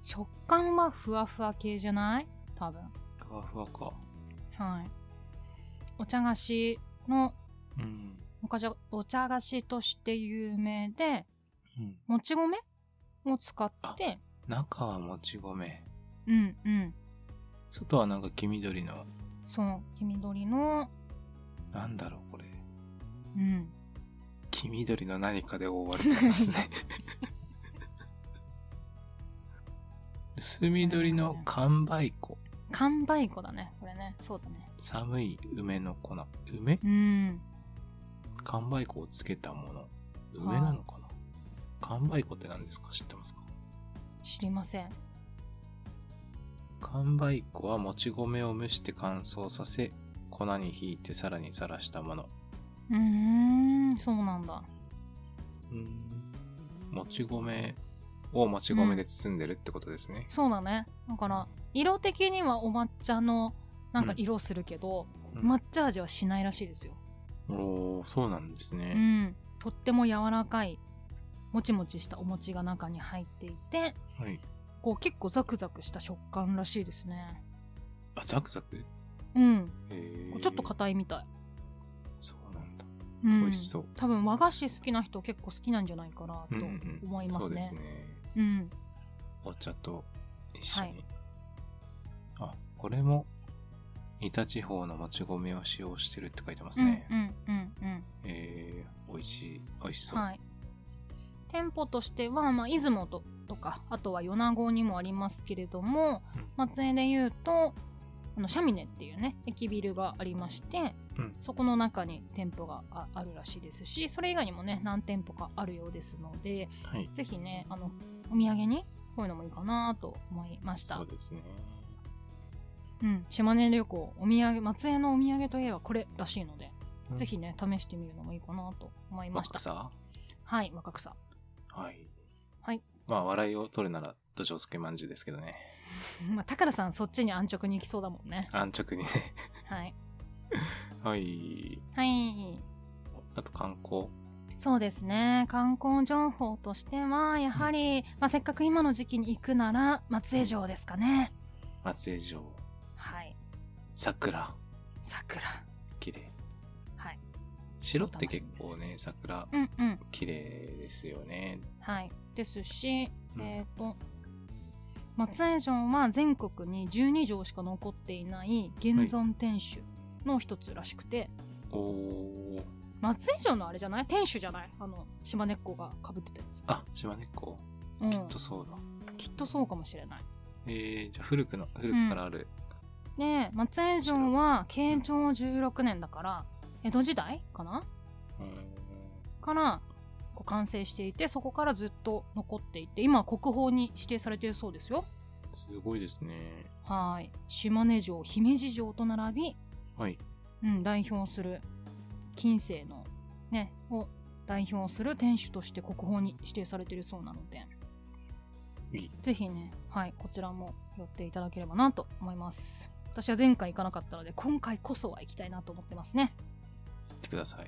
食感はふわふわ系じゃない多分ふわふわか。はいお茶菓子のうん。おかじゃお茶菓子として有名でうん、もち米を使って中はもち米。うんうん外はなんか黄緑の、そう黄緑のなんだろうこれ。うん黄緑の何かで覆われてます (laughs) ね。薄緑の完売粉。完売粉だねこれねそうだね寒い梅の粉。梅うん完売粉をつけたもの。梅なのかな完売粉って何ですか知ってますか知りません完売粉はもち米を蒸して乾燥させ、粉にひいてさらにさらしたもの。うーんそうなんだうんもち米をもち米で包んでるってことですね。そうだねだから色的にはお抹茶のなんかうん色するけど、うん抹茶味はしないらしいですよおーそうなんですうね。んとっても柔らかいもちもちしたお餅が中に入っていてはい。こう結構ザクザクした食感らしいですねあ、ザクザクうんへーちょっと硬いみたい、そうなんだ。うん、美味しそう多分和菓子好きな人結構好きなんじゃないかなと思いますね、そうですね。うんお茶と一緒に。はいあ、これも、似た地方のもち米を使用してるって書いてますうんね。うんうんうんえー、美味しい、美味しそう。はい店舗としては、まあ、出雲ととかあとは米子にもありますけれどもうん松江でいうとあのシャミネっていうね駅ビルがありまして、うんそこの中に店舗がああるらしいですしそれ以外にもね何店舗かあるようですのではい。ぜひねあのお土産にこういうのもいいかなと思いましたそうですね。うん、島根旅行お土産松江のお土産といえばこれらしいので、うんぜひね試してみるのもいいかなと思いました若さはい若草はい。はい。まあ、笑いを取るなら、土壌すけまんじゅうですけどね。 (laughs) まあ、宝さんそっちに安直に行きそうだもんね。安直にね。 (laughs) はい。はい。はい。あと観光。そうですね。観光情報としては、やはり、まあ、せっかく今の時期に行くなら、松江城ですかね。松江城。はい。桜。桜。綺麗。はい。白って結構ね、桜、うんうん。綺麗ですよね。はい。ですし、うんえっ、と、松江城は全国に12城しか残っていない現存天守の一つらしくて、おお。松江城のあれじゃない天守じゃないあの、島根っこが被ってたやつ。あ、島根っこ。うん、きっとそうだ。きっとそうかもしれない。えー、じゃあ古くの、古くからある。で松江城は慶長16年だから江戸時代かなうーん。からこう完成していてそこからずっと残っていて今は国宝に指定されているそうですよすごいですね。はい島根城姫路城と並はい。び、うん、代表する近世のねを代表する天守として国宝に指定されているそうなのでいい。ぜひねはいこちらも寄っていただければなと思います私は前回行かなかったので今回こそは行きたいなと思ってますね行ってください。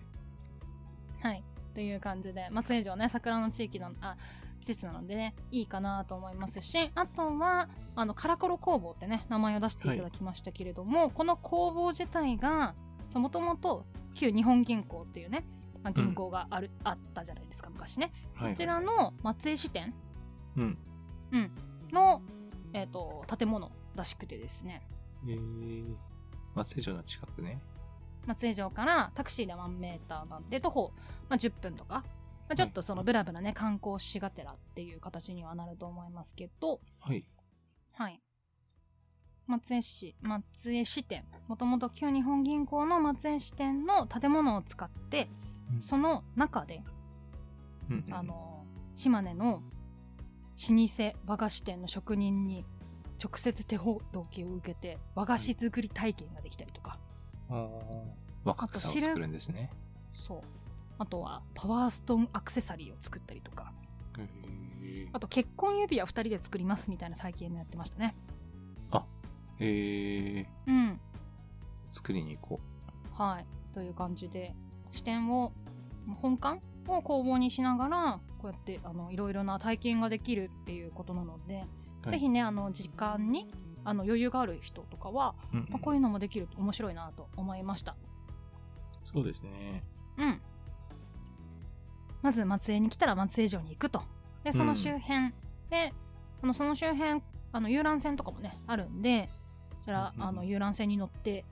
はい。という感じで、松江城ね、桜の地域の、あ、季節なのでね、いいかなと思いますし、あとは、あの、カラコロ工房ってね、名前を出していただきましたけれども、この工房自体が、もともと旧日本銀行っていうね、まあ、銀行がある、あったじゃないですか、昔ね。はい。こちらの松江支店うん。の、えっ、と、建物らしくてですね、えー、松江城の近くね。松江城からタクシーで1メーターなんで徒歩、まあ、10分とか、まあ、ちょっとそのブラブラね観光しがてらっていう形にはなると思いますけど、はい。はい。松江市、松江支店。もともと旧日本銀行の松江支店の建物を使って、うんその中で、うんうんあの、島根の老舗和菓子店の職人に直接手ほどきを受けて和菓子作り体験ができたりとか、あー若草を作るんですね。そう。あとはパワーストーンアクセサリーを作ったりとか、へあと結婚指輪2人で作りますみたいな体験もやってましたね。えー、うん。作りに行こはい、という感じで視点を本館を工房にしながらこうやってあのいろいろな体験ができるっていうことなので、はいぜひねあの時間にあの余裕がある人とかは、う。うんまあこういうのもできると面白いなと思いました。そうですね。うん、まず松江に来たら松江城に行くとでその周辺で、あのその周辺あの遊覧船とかもねあるんでこちら、うんうんあの遊覧船に乗って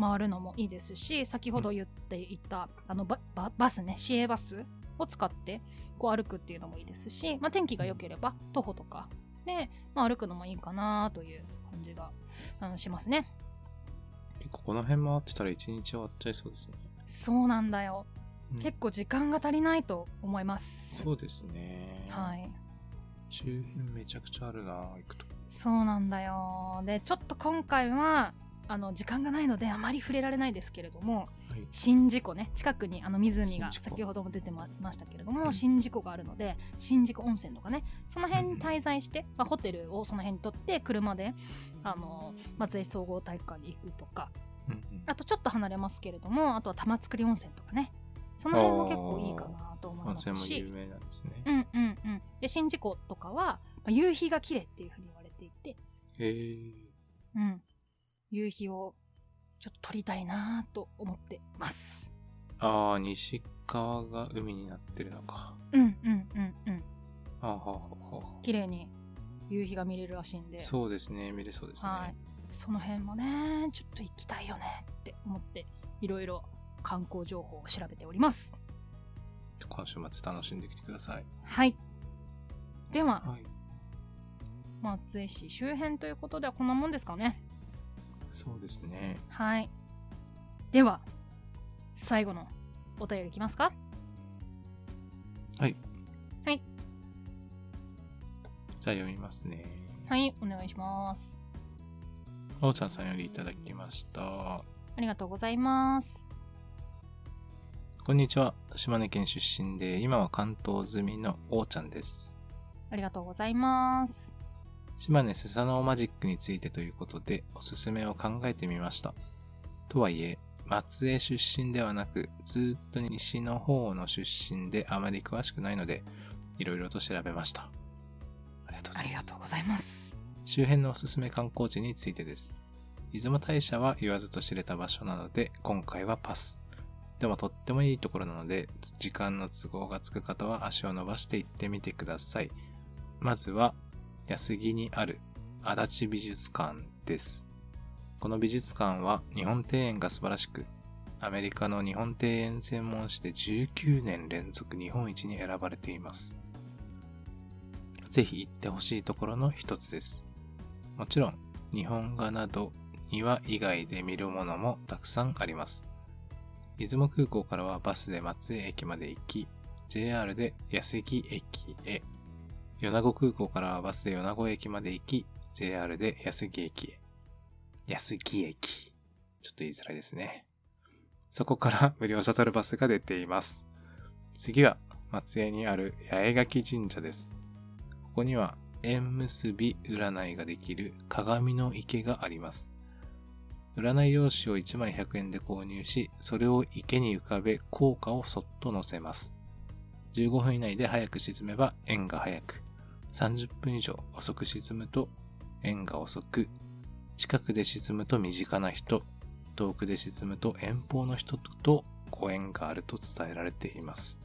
回るのもいいですし先ほど言っていた、あのバババスね市営バスを使ってこう歩くっていうのもいいですし、まあ、天気が良ければ徒歩とかで、まあ、歩くのもいいかなという感じが、うん、しますね。結構この辺回ってたら一日終わっちゃいそうですね。そうなんだよ、うん結構時間が足りないと思います。そうですね。はい周辺めちゃくちゃあるな、行くと。そうなんだよでちょっと今回はあの時間がないのであまり触れられないですけれどもはい。宍道湖ね近くにあの湖が宍道湖先ほども出てまましたけれどうもん宍道湖があるので宍道湖温泉とかねその辺に滞在して、まあ、ホテルをその辺に取って車であの松江市総合体育館に行くとかうんうんあとちょっと離れますけれどもあとは玉造温泉とかねその辺も結構いいかなと思い温ます泉もし有名なんですねう。んうんうんで宍道湖とかは、まあ夕日が綺麗っていうふうに言われていてへえー。うん、夕日をちょっと撮りたいなぁと思ってます。ああ、西側が海になってるのか。うんうんうんうん。あーはーはーは綺麗に夕日が見れるらしいんーで、そそうですね、見れそうですね。はいの辺もね、ちょっと行きたいよねって思って、いろいろ観光情報を調べております。今週末楽しんできてください。はい。では、はい。松江市周辺ということではこんなもんですかね。そうですね。はい。では、最後のお便りいきますかはい。はい。じゃあ読みますね。はい、お願いします。おうちゃんさんよりいただきました。ありがとうございます。こんにちは。島根県出身で、今は関東済みのおうちゃんです。ありがとうございます。島根スサノオマジックについてということで、おすすめを考えてみました。とはいえ、松江出身ではなく、ずっと西の方の出身であまり詳しくないので、いろいろと調べました。ありがとうござあいりまがすとう。ございます。周辺のおすすめ観光地についてです。出雲大社は言わずと知れた場所なので、今回はパス。でもとってもいいところなので、時間の都合がつく方は足を伸ばして行ってみてください。まずは、安木にある足立美術館です。この美術館は日本庭園が素晴らしく、アメリカの日本庭園専門誌で19年連続日本一に選ばれています。ぜひ行ってほしいところの一つです。もちろん、日本画など庭以外で見るものもたくさんあります。出雲空港からはバスで松江駅まで行き、JR で安木駅へ。米子空港からはバスで米子駅まで行き、JR で安木駅へ。安木駅。ちょっと言いづらいですね。そこから無料シャトルバスが出ています。次は松江にある八重垣神社です。ここには縁結び占いができる鏡の池があります。占い用紙を1枚100円で購入し、それを池に浮かべ効果をそっと乗せます。15分以内で早く沈めば円が早く、30分以上遅く沈むと円が遅く、近くで沈むと身近な人、遠くで沈むと遠方の人とご縁があると伝えられています。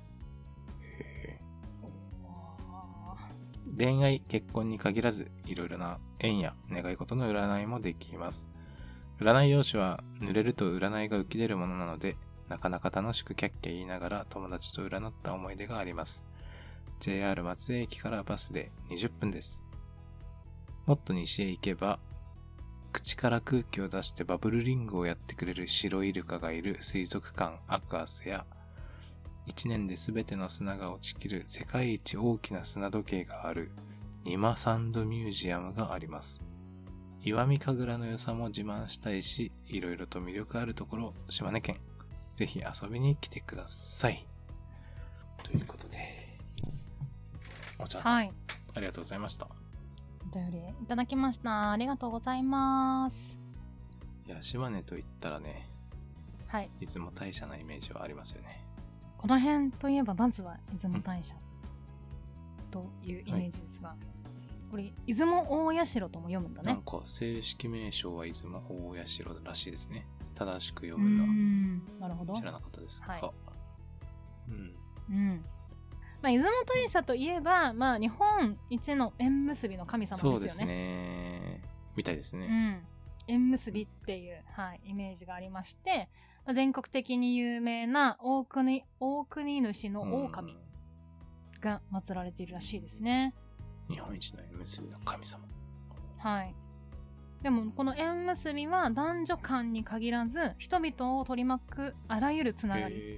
へー恋愛、結婚に限らず、いろいろな縁や願い事の占いもできます。占い用紙は濡れると占いが浮き出るものなので、なかなか楽しくキャッキャ言いながら友達と占った思い出があります。JR 松江駅からバスで20分です。もっと西へ行けば、口から空気を出してバブルリングをやってくれる白イルカがいる水族館アクアスや、一年で全ての砂が落ちきる世界一大きな砂時計があるニマサンドミュージアムがあります。岩見神楽の良さも自慢したいし、いろいろと魅力あるところ、島根県、ぜひ遊びに来てください。ということで、お茶さん、はい。ありがとうございました。お便りいただきました。ありがとうございます。いや、島根と言ったらね、はい。出雲大社なイメージはありますよね。この辺といえば、まずは出雲大社というイメージですが、これ、出雲大社とも読むんだなんね。か正式名称は出雲大社らしいですね。正しく読うーむのはん。なるほど。知らなかったですが、はいうん、うん。まあ、出雲大社といえば、まあ、日本一の縁結びの神様ですよそうですねみたいですうね、ん、縁結びっていう、はい、イメージがありまして、まあ全国的に有名な大国大国主のう狼んが祀られているらしいですね。日本一の縁結びの神様はい。でもこの縁結びは男女間に限らず人々を取り巻くあらゆるつながりへ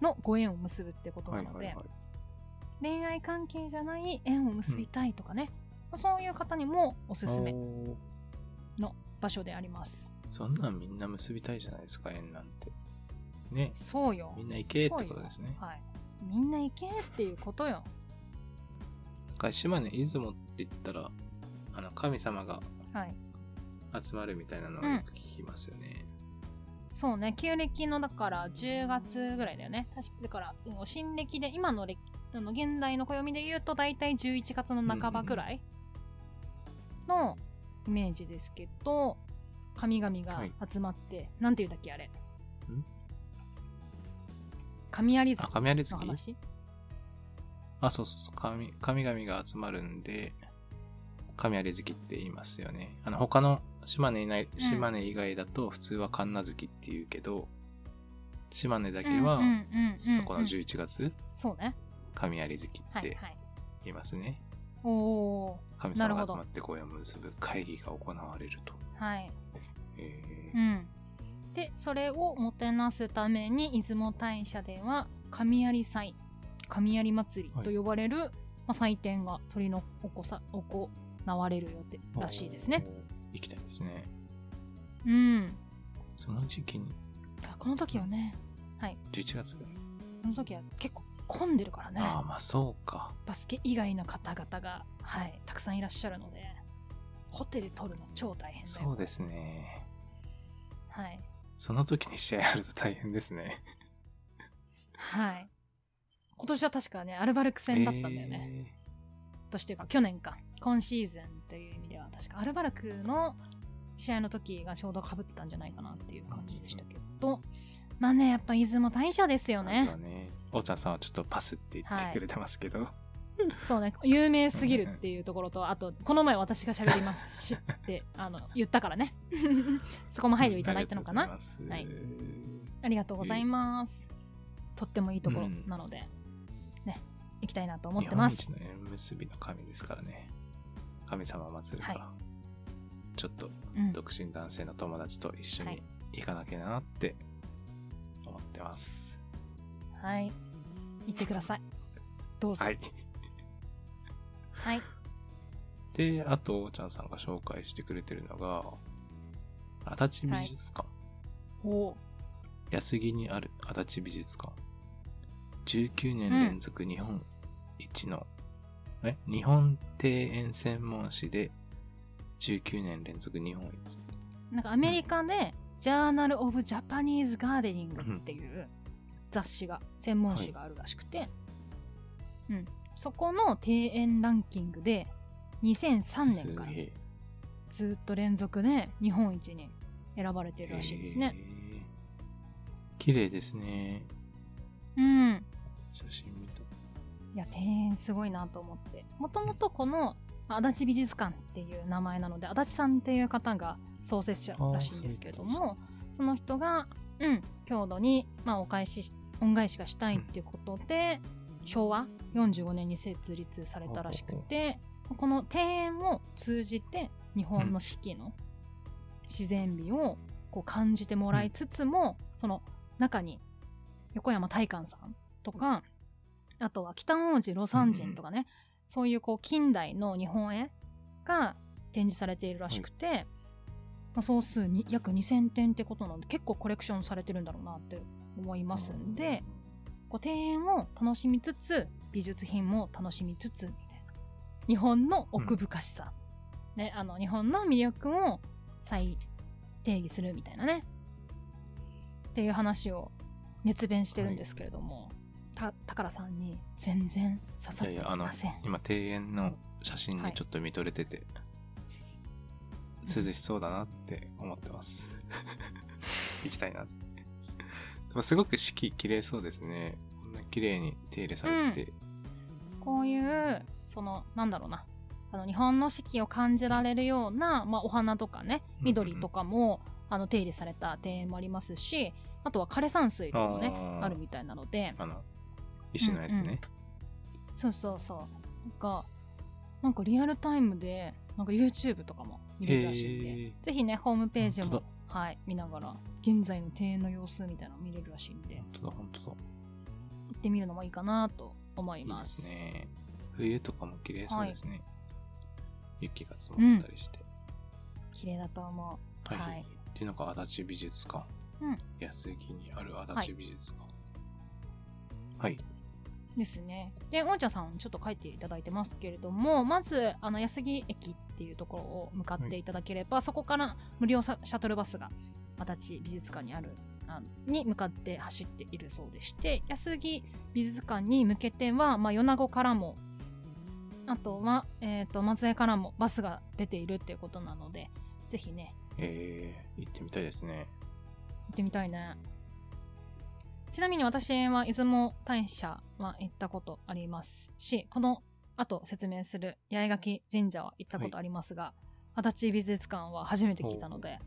のご縁を結ぶってこーとはないのはいではい恋愛関係じゃない縁を結びたいとかね、まあそういう方にもおすすめおーの場所であります。そんなんみんな結びたいじゃないですか縁なんてねそうよみんな行けってことですねはい。みんな行けっていうことよ。だから島根出雲って言ったらあの神様がはい。集まるみたいなのをよく聞きますよね、そうね、旧暦のだから10月ぐらいだよね。確かだから、うん新暦で、今の暦あの現代の暦で言うと大体11月の半ばぐらいのイメージですけど、神々が集まって、なんていうんだっけ、あれ。神有あ月神有の月話あ、そうそうそう。神神々が集まるんで、神有月って言いますよね。あの、他の島根いない、島根以外だと普通は神奈月って言うけど、島根だけは、うんうんうんうんそこの11月、そうね。神有月はっいてはい。言いますね。おお神なる様がほど集まって公演を結ぶ会議が行われると。ー。はい。えうーん、でそれをもてなすために出雲大社では神有祭神有祭りと呼ばれる、まあ、祭典が取りの行さ行われる予定らしいですね。。行きたいですね。うん、その時期に、あこの時はね11月ぐらい。この時は結構混んでるからねああ、まあそうか。バスケ以外の方々が、はい、たくさんいらっしゃるのでホテル取るの超大変だよそうですね。はいその時に試合あると大変ですね。はい今年は確かねアルバルク戦だったんだよね、えーとしてか去年か今シーズンという意味では確かアルバルクの試合の時がちょうどかぶってたんじゃないかなっていう感じでしたけど、まあねやっぱ出雲大社ですよそうだねね。おーちゃんさんはちょっとパスって言ってくれてますけど。そうね有名すぎるっていうところとあとこの前私が喋りますしってあの言ったからね (laughs) そこも配慮いただいたのかあな、りがとうございますはいありがとうございます、とってもいいところなので、ね行きたいなと思っ日てま本す一の縁結びの神ですからね。神様祭るから、はちょっとうん独身男性の友達と一緒はにい行かなきゃなって思ってます。はい行ってくださいどうぞはい。はい、で、あと、おーちゃんさんが紹介してくれてるのが、足立美術館。お安木にある足立美術館19年連続日本一の、え日本庭園専門誌で19年連続日本一なんかアメリカで、ジャーナル・オブ・ジャパニーズ・ガーデニングっていう雑誌が、専門誌があるらしくて、うん、そこの庭園ランキングで、2003年からすげえずっと連続で日本一に選ばれてるらしいですね。へえ綺麗ですねうん。写真見たいや、庭園すごいなと思って。もともとこの足立美術館っていう名前なので足立さんっていう方が創設者らしいんですけれどあーそうもその人が、うん、郷土に、まあ、お返しし恩返しがしたいっていうことで、昭和45年に設立されたらしくてこの庭園を通じて日本の四季の自然美をこう感じてもらいつつも、その中に横山大観さんとかあとは北王子魯山人とかね、そういうこう近代の日本絵が展示されているらしくて、まあ、総数に約2,000点ってことなんで結構コレクションされてるんだろうなって思いますんで、こう庭園を楽しみつつ美術品も楽しみつつみたいな日本の奥深しさ、ね、あの日本の魅力を再定義するみたいなねっていう話を熱弁してるんですけれども、た宝さんに全然刺さっていいやいやあのません。今庭園の写真にちょっと見とれてて、涼しそうだなって思ってます (laughs) 行きたいなってでもすごく四季綺麗そうですねこんな綺麗に手入れされてて、こういうそのなんだろうなあの日本の四季を感じられるような、まあ、お花とかねうん緑とかも、あの手入れされた庭園もありますしあとは枯山水とかもねあーあるみたいなのであの石のやつね、そうそうそうなんかなんかリアルタイムでなんか YouTube とかも見れるらしいんで、へーぜひねホームページ本も当、はい、見ながら現在の庭園の様子みたいなの見れるらしいんで行本当だ本当だってみるのもいいかなと思いいいまですすね冬とかも綺麗そうですね、雪が積もったりして、綺麗だと思うははいい、っていうのが足立美術館、うん安木にある足立美術館はい、ですね。で、おんちゃんさん、ちょっと書いていただいてますけれども、まず、あの、安木駅っていうところを向かっていただければ、そこから無料さシャトルバスが、足立美術館にある、あに向かって走っているそうでして、安木美術館に向けては、まあ、米子からも、あとは、えっ、と、松江からもバスが出ているっていうことなので、ぜひね、えー、行ってみたいですね行ってみたいねちなみに私は出雲大社は行ったことありますしこの後説明する八重垣神社は行ったことありますが、足立美術館は初めて聞いたので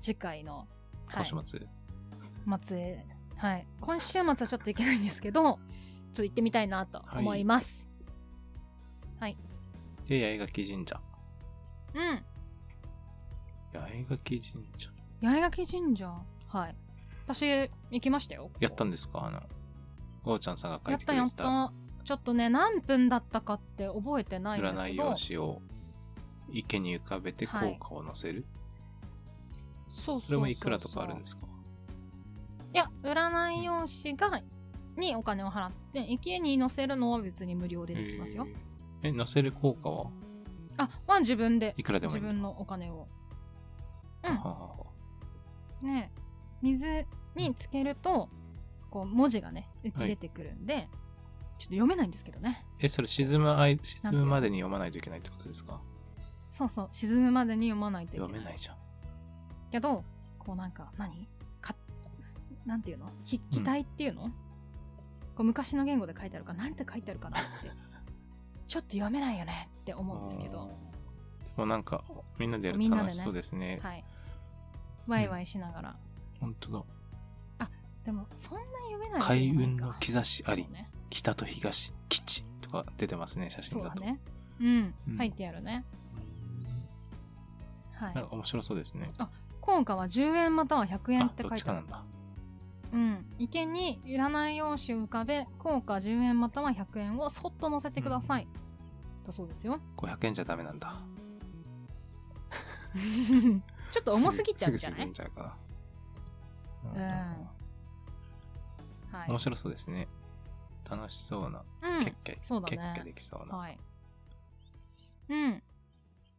次回の、は今、い週末松江、はい、今週末はちょっと行けないんですけどちょっと行ってみたいなと思います、で八重垣神社うん八重垣神社八重垣神社はい私行きましたよやったんですかあのゴーちゃんさんが書いやってくたれやてったたちょっとね何分だったかって覚えてないんだ占けいど用紙を池に浮かべてはい効果を載せる、そうそうそうそうそれもいくらとかあるんですかいや占い用紙がにお金を払って池に載せるのは別に無料でできますよ、えーえ載せる効果はあは自分でいくらでもい自いんだ分のお金をはあはあはね水につけるとこう文字がね浮き出てくるんで、ちょっと読めないんですけどねあえそれ沈むあい沈むまでに読まないといけないってことですかそうそう沈むまでに読まないといけない読めないじゃんけどこうなんか何かなんていうの筆記体っていうの、こう昔の言語で書いてあるから何て書いてあるかなって (laughs) ちょっと読めないよねって思うんですけどでもなんかみんなでやるみんとなでね楽しそうですねはいワイワイしながら、本当だでもそんな読めない開運の兆しありそうね北と東吉とか出てますね写そ真うだだとねうん、うん書いてあるねはなんかい面白そうですね効果は10円または100円あってど書っいちてかあなるんだうん、池に占い用紙を浮かべ効果10円または100円をそっと載せてください、だそうですよ500円じゃダメなんだ (laughs) ちょっと重すぎちゃうんじゃないすぐすぐ沈んじゃうかうな、んはい面白そうですね楽しそうな、うんキャッキャそうだキャッねキャできそうな、はい。うん。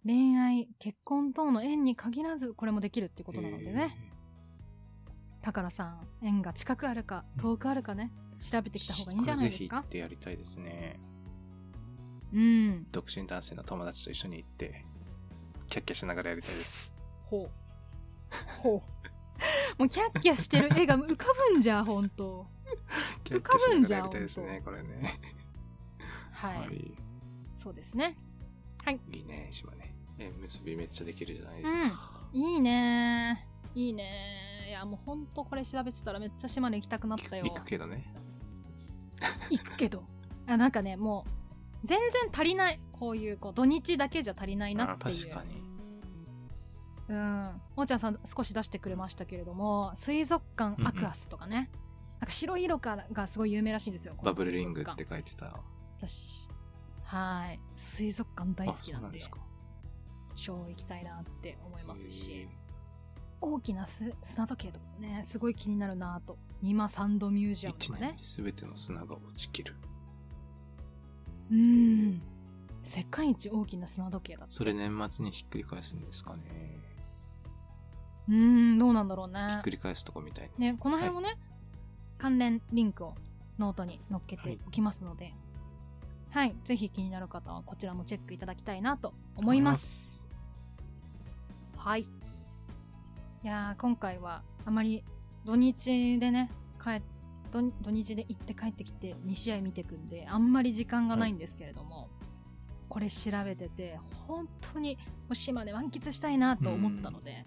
恋愛、結婚等の縁に限らずこれもできるってことなのでね。宝さん、縁が近くあるか遠くあるかね、調べえーてきた方がいいんじゃないでこれぜひ行すかっ。てやりたいですねうん。独身男性の友達と一緒に行ってキャッキャしながらやりたいですほう。 (laughs) ほう。もうキャッキャしてる絵が浮かぶんじゃん、ほんと。キャッキャしながらやりたいです浮ねこれねはい。はいそうですね。はいいいね、島ね。縁結びめっちゃできるじゃないですか。うんいいねーいいねーいやもうほんとこれ調べてたらめっちゃ島根行きたくなったよ行くけどね。行くけどあなんかねもう全然足りないこういうこう土日だけじゃ足りないなあっていう確かに。うん、もーちゃんさん少し出してくれましたけれども水族館アクアスとかね、なんか白い色からがすごい有名らしいんですよこのバブルリング水っ族て書いてた。館私はい水族館大好きなんでか。超行きたいなって思いますしへ大きなす砂時計とかねすごい気になるなとニマサンドミュージーアムと一か年ねで全ての砂が落ちきる。うん世界一大きな砂時計だそれ年末にひっくり返すんですかね。うんどうなんだろうひねっくり返すとかみたいに。ね、この辺もね、関連リンクをノートに載っけておきますので、はい、ぜひ気になる方はこちらもチェックいただきたいなと思います。す。はい。いやー、今回はあまり土日でね、帰土土日で行って帰ってきて2試合見てくんで、あんまり時間がないんですけれども、これ調べてて、本当にもう島根満喫したいなと思ったので、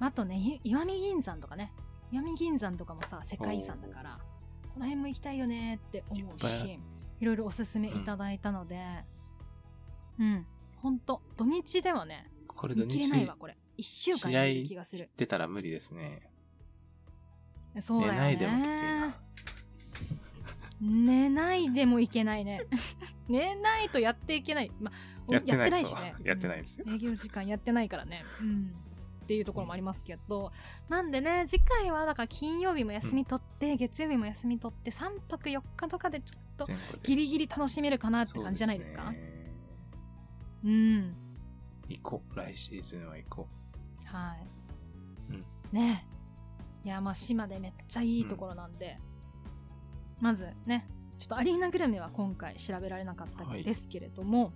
あとね、い石見銀山とかね、石見銀山とかもさ、世界遺産だから、この辺も行きたいよねって思ういっぱし、いろいろおすすめいただいたので、うん、本当土日ではね、これ土見切れ日ない行わこれ1週間やる気がするってたら無理ですね。そう寝だよねないでもきついな。寝ないでもいけないね (laughs) 寝ないとやっていけない、まあ、やってないですしわね (laughs) やってないですようん営業時間やってないからねうんっていうところもありますけど、なんでね次回はだから金曜日も休み取って、月曜日も休み取って3泊4日とかでちょっと全国でギリギリ楽しめるかなって感じじゃないですかうん行こう。来シーズンは行こはい。うんねえ。いや、まあ、島でめっちゃいいところなんで、まずね、ちょっとアリーナグルメは今回調べられなかったはいですけれども、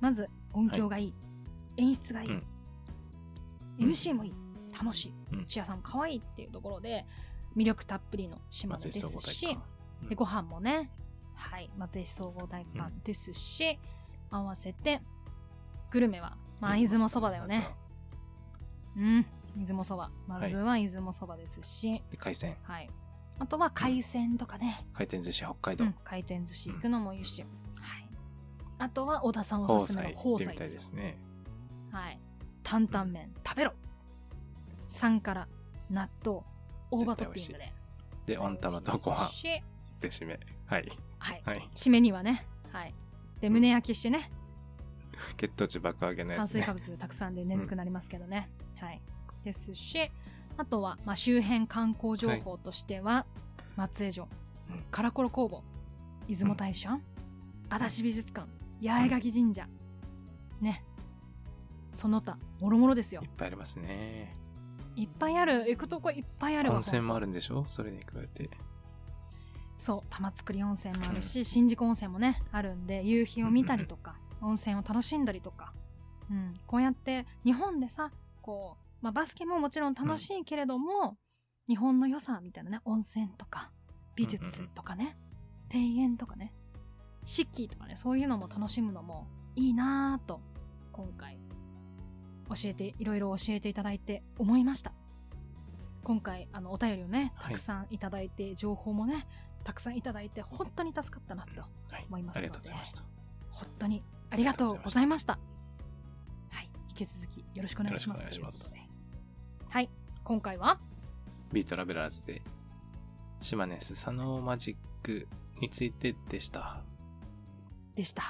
まず音響がいい、演出がいい、うん MC もいい、楽しい、うんシアさん可愛いっていうところで、魅力たっぷりのう。島根松で井す総合体育し、館。うんでご飯もね、はい、松江市総合体育館ですし、合わせて、グルメは、まあ、出雲そばだよね。。うん、出雲そば。まずは出雲そばですし、で、海鮮。はい。あとは海鮮とかね、回転寿司北海う道ん。回転寿司行くのもいいし、はい。あとは小田さんおすすめの行宝って菜みたでいすでよすね。はい。担々麺、食べろ !3 から納豆、大葉トッピングで。で、温玉とご美飯味しいですしで締め。はい。はい。はい。締めにはね、はい。で、胸焼けしてね、血糖値爆上げのや炭つ水ね化。物たくさんで眠くなりますけどね。はい、ですしあとは、まあ、周辺観光情報としては、松江城、うんカラコロ工房出雲大社、足立美術館八重垣神社、ねその他もろもろですよいっぱいありますね。いっぱいある行くとこいっぱいあるわ温泉もあるんでしょそれに加えて。そう玉造温泉もあるし、新宿温泉もねあるんで夕日を見たりとか、温泉を楽しんだりとか、うん、こうやって日本でさこう、まあ、バスケももちろん楽しいけれども、日本の良さみたいなね温泉とか美術とかね、庭園とかね四季とかねそういうのも楽しむのもいいなぁと今回教えていろいろ教えていただいて思いました今回あのお便りをねはたいくさんいただいて、情報もねたくさんいただいて本当に助かったなとはい。思いますあのりでがとうございました。本当にありがとうございましたはい引き続きよろしくお願いしますよろしくお願いしますということではい今回はビートラベラーズで、島根スサノーマジックについてでした。でした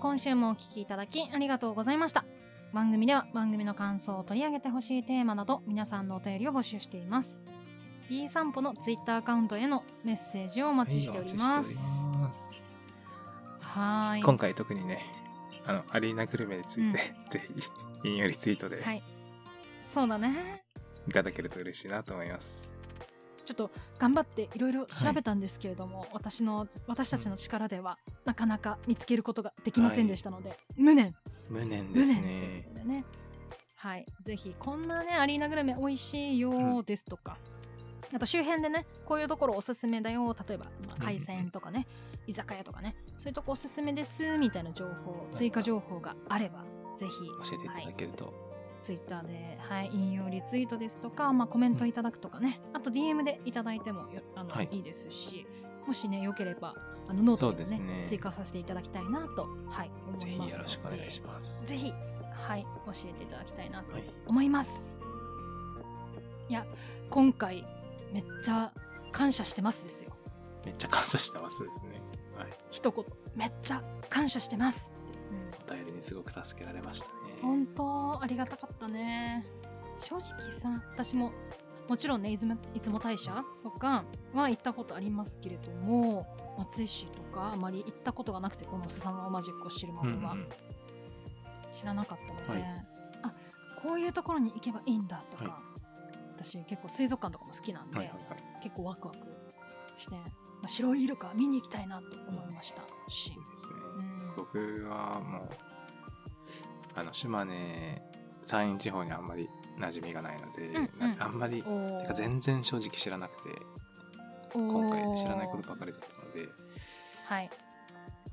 今週もお聞きいただきありがとうございました番組では番組の感想を取り上げてほしいテーマなど皆さんのお便りを募集しています B 散歩のツイッターアカウントへのメッセージをお待ちしておりますはいお待ちしておりますはーい今回特にね、あの、アリーナグルメについて、うんぜひ、引用リツイートではいそうだねいただけると嬉しいなと思います。ちょっと頑張っていろいろ調べたんですけれども、私の私たちの力ではなかなか見つけることができませんでしたので、無念無念無です念というねこ。とでね。はい、ぜひこんなねアリーナグルメ美味しいよーですとか、あと周辺でねこういうところおすすめだよ例えば、まあ、海うんう鮮とかね、居酒屋とかねそういうとこおすすめですみたいな情報追加情報があればぜひ教えていただけると、ツイッターで、はい、引用リツイートですとか、まあ、コメントいただくとかね、あと DM でいただいてもよあの、はいい、いですしもしねよければあのノートで,、ねそうですね追加させていただきたいなと、はい、思いますぜひよろしくお願いします。ぜひ、はい、教えていただきたいなとはい、思いますいや今回めっちゃ感謝してますですよめっちゃ感謝してますですね。はい、一言めっちゃ感謝してますって、うおん便りにすごく助けられましたね。本当ありがたかったね正直さ私ももちろんね出雲出雲大社とかは行ったことありますけれども松江市とかあまり行ったことがなくてこのすさまマジックを知るまうでんうんはうん、知らなかったので、はいあこういうところに行けばいいんだとか、は私結構水族館とかも好きなんで、はいはいはい。結構ワクワクして、まあ、白いイルカ見に行きたいなと思いましたしいい、ですね。うん僕はもうあの島根山陰地方にあんまり馴染みがないので、うんうんなあんまりおーてか全然正直知らなくて今回知らないことばかりだったのではい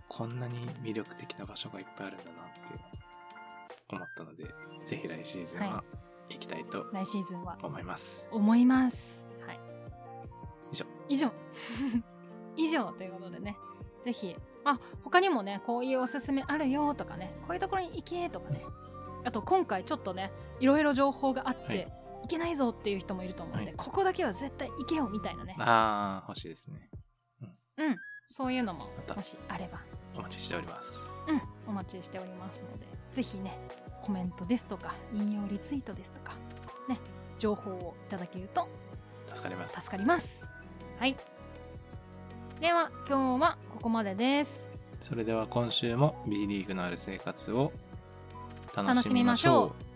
こんなに魅力的な場所がいっぱいあるんだなって思ったのでぜひ来シーズンはは行きたいと来シーズンは思います。思います。はい。以上。以上。 (laughs) 以上ということでね、ぜひ、あ、他にもね、こういうおすすめあるよとかね、こういうところに行けとかね、あと今回ちょっとね、いろいろ情報があって、はいい、けないぞっていう人もいると思うんで、はいここだけは絶対行けよみたいなね、ああ欲しいですね。うん、そういうのもまたもしあれば、お待ちしております。うん、お待ちしておりますので、ぜひね、コメントですとか、引用リツイートですとか、ね、情報をいただけると助かります。助かりますはいでは今日はここまでですそれでは今週も B リーグのある生活を楽しみましょう